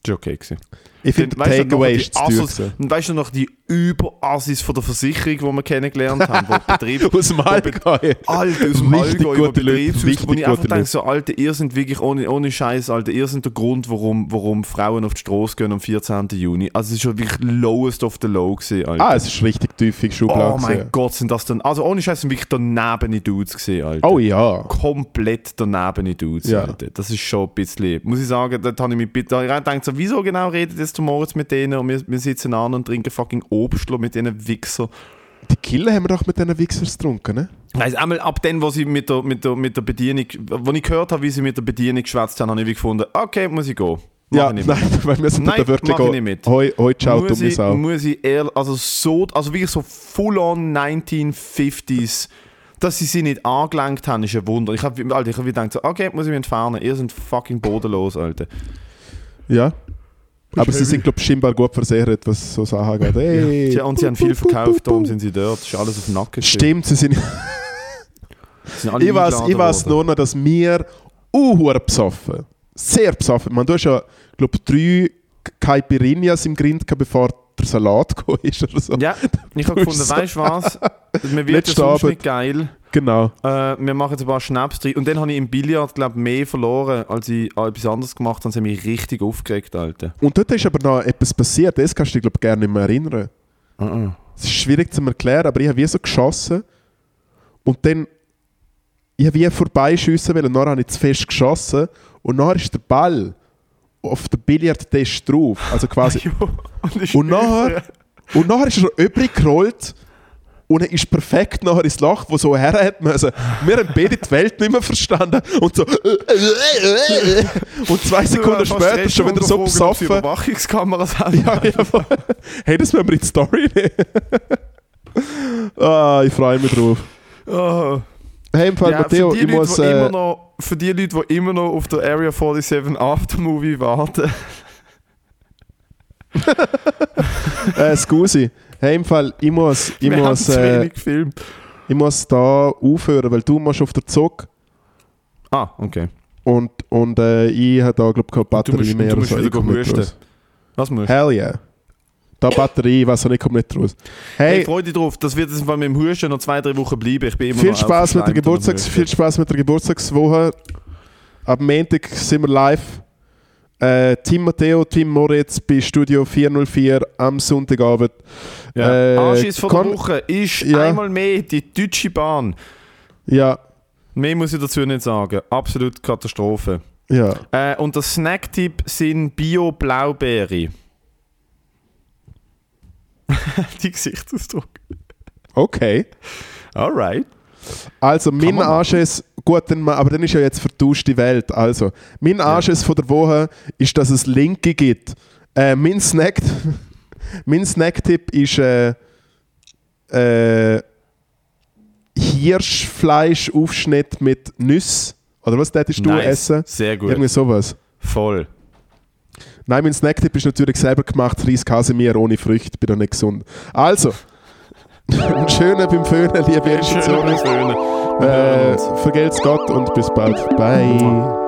[SPEAKER 2] ist okay gewesen.
[SPEAKER 1] Ich finde,
[SPEAKER 2] Dann weisst du noch
[SPEAKER 1] Takeaway
[SPEAKER 2] die
[SPEAKER 1] ist zu teuer.
[SPEAKER 2] Assos-
[SPEAKER 1] gewesen.
[SPEAKER 2] Dann weißt du noch die Überassis von der Versicherung, die wir kennengelernt haben, wo Betrieb.
[SPEAKER 1] Aus dem Allgäu.
[SPEAKER 2] Alter, aus dem
[SPEAKER 1] Richtig
[SPEAKER 2] Allgäu über
[SPEAKER 1] gute Leute,
[SPEAKER 2] Betriebshäuser, wo
[SPEAKER 1] richtig
[SPEAKER 2] ich einfach
[SPEAKER 1] gute
[SPEAKER 2] denke, so, Alter, ihr sind wirklich ohne, ohne Scheiß, Alter, ihr sind der Grund, warum, warum Frauen auf die Straße gehen am 14. Juni. Also es ist schon wirklich lowest of the low gewesen, Alter.
[SPEAKER 1] Ah, es ist richtig tief in die Schublade.
[SPEAKER 2] Oh mein
[SPEAKER 1] gewesen.
[SPEAKER 2] Gott, sind das dann. Also ohne Scheiß sind wirklich daneben Dudes gesehen, Alter.
[SPEAKER 1] Oh ja.
[SPEAKER 2] Komplett daneben Dudes,
[SPEAKER 1] Ja.
[SPEAKER 2] Alter. Das ist schon ein bisschen. Muss ich sagen, da habe ich mich bitte gedacht, so, wieso genau redet jetzt der Moritz mit denen und wir, wir sitzen an und trinken fucking Obstler mit diesen Wichser.
[SPEAKER 1] Die Killer haben wir doch mit diesen Wichsers getrunken, ne?
[SPEAKER 2] Also einmal ab dem, wo sie mit der, mit der, mit der Bedienung, wo ich gehört habe, wie sie mit der Bedienung geschwätzt haben, habe ich wie gefunden, okay, muss ich gehen. Mach
[SPEAKER 1] ja,
[SPEAKER 2] ich
[SPEAKER 1] nein,
[SPEAKER 2] nicht mehr.
[SPEAKER 1] weil wir sind
[SPEAKER 2] Nein,
[SPEAKER 1] da wirklich
[SPEAKER 2] mach ich
[SPEAKER 1] auch-
[SPEAKER 2] nicht mit.
[SPEAKER 1] Hoi, hoi, ciao,
[SPEAKER 2] muss
[SPEAKER 1] dumme
[SPEAKER 2] ich,
[SPEAKER 1] Sau.
[SPEAKER 2] muss ich ehrlich, also so, also wirklich so full on 1950s, dass sie sie nicht angelenkt haben, ist ein Wunder. Ich habe Alter, ich hab wieder gedacht, so, okay, muss ich mich entfernen, ihr sind fucking bodenlos, Alter.
[SPEAKER 1] Ja. Aber sie sind, glaube ich, scheinbar gut versichert, was so Sachen geht. Hey.
[SPEAKER 2] Tja, und sie
[SPEAKER 1] buh,
[SPEAKER 2] haben viel
[SPEAKER 1] buh, buh, buh,
[SPEAKER 2] verkauft, darum
[SPEAKER 1] buh.
[SPEAKER 2] sind sie dort. Ist alles auf dem Nacken.
[SPEAKER 1] Stimmt, sie sind.
[SPEAKER 2] Sind alle
[SPEAKER 1] ich weiß,
[SPEAKER 2] eingeladen
[SPEAKER 1] ich weiß
[SPEAKER 2] worden.
[SPEAKER 1] nur noch, dass wir unhuhr besoffen. Sehr besoffen. Man, du hast ja, glaube drei Caipirinhas im Grind gehabt, bevor der Salat gekommen ist oder so.
[SPEAKER 2] Ja, ich habe
[SPEAKER 1] Du
[SPEAKER 2] gefunden,
[SPEAKER 1] bist
[SPEAKER 2] weißt du was? Mir wird
[SPEAKER 1] Letzte
[SPEAKER 2] das sonst
[SPEAKER 1] Abend.
[SPEAKER 2] nicht geil.
[SPEAKER 1] Genau.
[SPEAKER 2] Äh, wir machen jetzt ein paar Schnaps drin. Und dann habe ich im Billard, glaube ich, mehr verloren, als ich an etwas anderes gemacht habe. Sie haben mich richtig aufgeregt, Alter.
[SPEAKER 1] Und dort ist aber noch etwas passiert, das kannst du dich, glaube ich, gerne nicht mehr erinnern.
[SPEAKER 2] Uh-uh.
[SPEAKER 1] Es ist schwierig zu erklären, aber ich habe wie so geschossen und dann ich habe wie vorbeischiessen wollen, nachher habe ich zu fest geschossen und nachher ist der Ball auf den Billardtisch drauf, also quasi Und nachher, und nachher ist er übrig gerollt und er ist perfekt nachher ins Loch, wo so her hat müssen. Wir haben beide die Welt nicht mehr verstanden und so und zwei Sekunden später schon wieder
[SPEAKER 2] genau
[SPEAKER 1] so besoffen.
[SPEAKER 2] Überwachungskameras haben.
[SPEAKER 1] Ja, ja. voll. Hey, das müssen wir in die Story nehmen. ah, ich freue mich drauf.
[SPEAKER 2] Oh.
[SPEAKER 1] Hey, im Fall,
[SPEAKER 2] Ja,
[SPEAKER 1] Matteo,
[SPEAKER 2] für die
[SPEAKER 1] ich
[SPEAKER 2] Leute,
[SPEAKER 1] muss...
[SPEAKER 2] die
[SPEAKER 1] Äh,
[SPEAKER 2] immer noch, für die Leute, die immer noch auf der Area 47 Aftermovie warten.
[SPEAKER 1] äh, scusi. Hey, im Fall, ich muss... Ich
[SPEAKER 2] wir haben
[SPEAKER 1] muss,
[SPEAKER 2] zu
[SPEAKER 1] äh,
[SPEAKER 2] wenig gefilmt.
[SPEAKER 1] ich muss da aufhören, weil du musst auf der Zug
[SPEAKER 2] Ah, okay.
[SPEAKER 1] und, und äh, ich habe da, glaube ich, keine
[SPEAKER 2] du musst-
[SPEAKER 1] Batterie
[SPEAKER 2] und
[SPEAKER 1] mehr.
[SPEAKER 2] du musst
[SPEAKER 1] oder so.
[SPEAKER 2] wieder
[SPEAKER 1] Ich komm nicht
[SPEAKER 2] husten.
[SPEAKER 1] raus.
[SPEAKER 2] Was musst du?
[SPEAKER 1] Hell yeah. Da Batterie, ich weiß auch nicht, kommt nicht raus.
[SPEAKER 2] Hey,
[SPEAKER 1] Hey,
[SPEAKER 2] freu dich drauf. Das wird jetzt im Fall mit dem Husten noch zwei, drei Wochen bleiben. Ich bin immer
[SPEAKER 1] viel
[SPEAKER 2] noch
[SPEAKER 1] Spaß mit der
[SPEAKER 2] aufgeschleimt und am
[SPEAKER 1] Geburtstags
[SPEAKER 2] Husten.
[SPEAKER 1] viel Spaß mit der Geburtstagswoche. Ab Montag sind wir live. Äh, Team Matteo, Team Moritz bei Studio 404 am Sonntagabend.
[SPEAKER 2] Ja.
[SPEAKER 1] Äh,
[SPEAKER 2] Anschiss von der
[SPEAKER 1] Kon-
[SPEAKER 2] Woche ist
[SPEAKER 1] Ja.
[SPEAKER 2] einmal mehr die Deutsche Bahn.
[SPEAKER 1] Ja,
[SPEAKER 2] Mehr muss ich dazu nicht sagen. Absolut Katastrophe.
[SPEAKER 1] ja.
[SPEAKER 2] Äh, und der Snacktipp sind Bio-Blaubeere. die Gesichtsausdruck.
[SPEAKER 1] Okay.
[SPEAKER 2] Alright.
[SPEAKER 1] Also, mein
[SPEAKER 2] man machen.
[SPEAKER 1] Arsch ist, gut, dann, ma- aber dann ist ja jetzt vertauschte Welt. Also, mein Arsch ist von der Woche ist, dass es Linke gibt. Äh, mein Snack, mein Snacktipp ist äh, äh, Hirschfleischaufschnitt mit Nüsse. Oder was tätest du
[SPEAKER 2] Nice.
[SPEAKER 1] essen?
[SPEAKER 2] Sehr gut.
[SPEAKER 1] Irgendwie sowas.
[SPEAKER 2] Voll.
[SPEAKER 1] Nein, mein Snacktipp ist natürlich selber gemacht. Reis Kasimir ohne Früchte, bin doch nicht gesund. Also, einen schönen beim Föhnen, liebe Institutionen.
[SPEAKER 2] Schöne Töne.
[SPEAKER 1] Äh, vergelt's Gott und bis bald. Bye.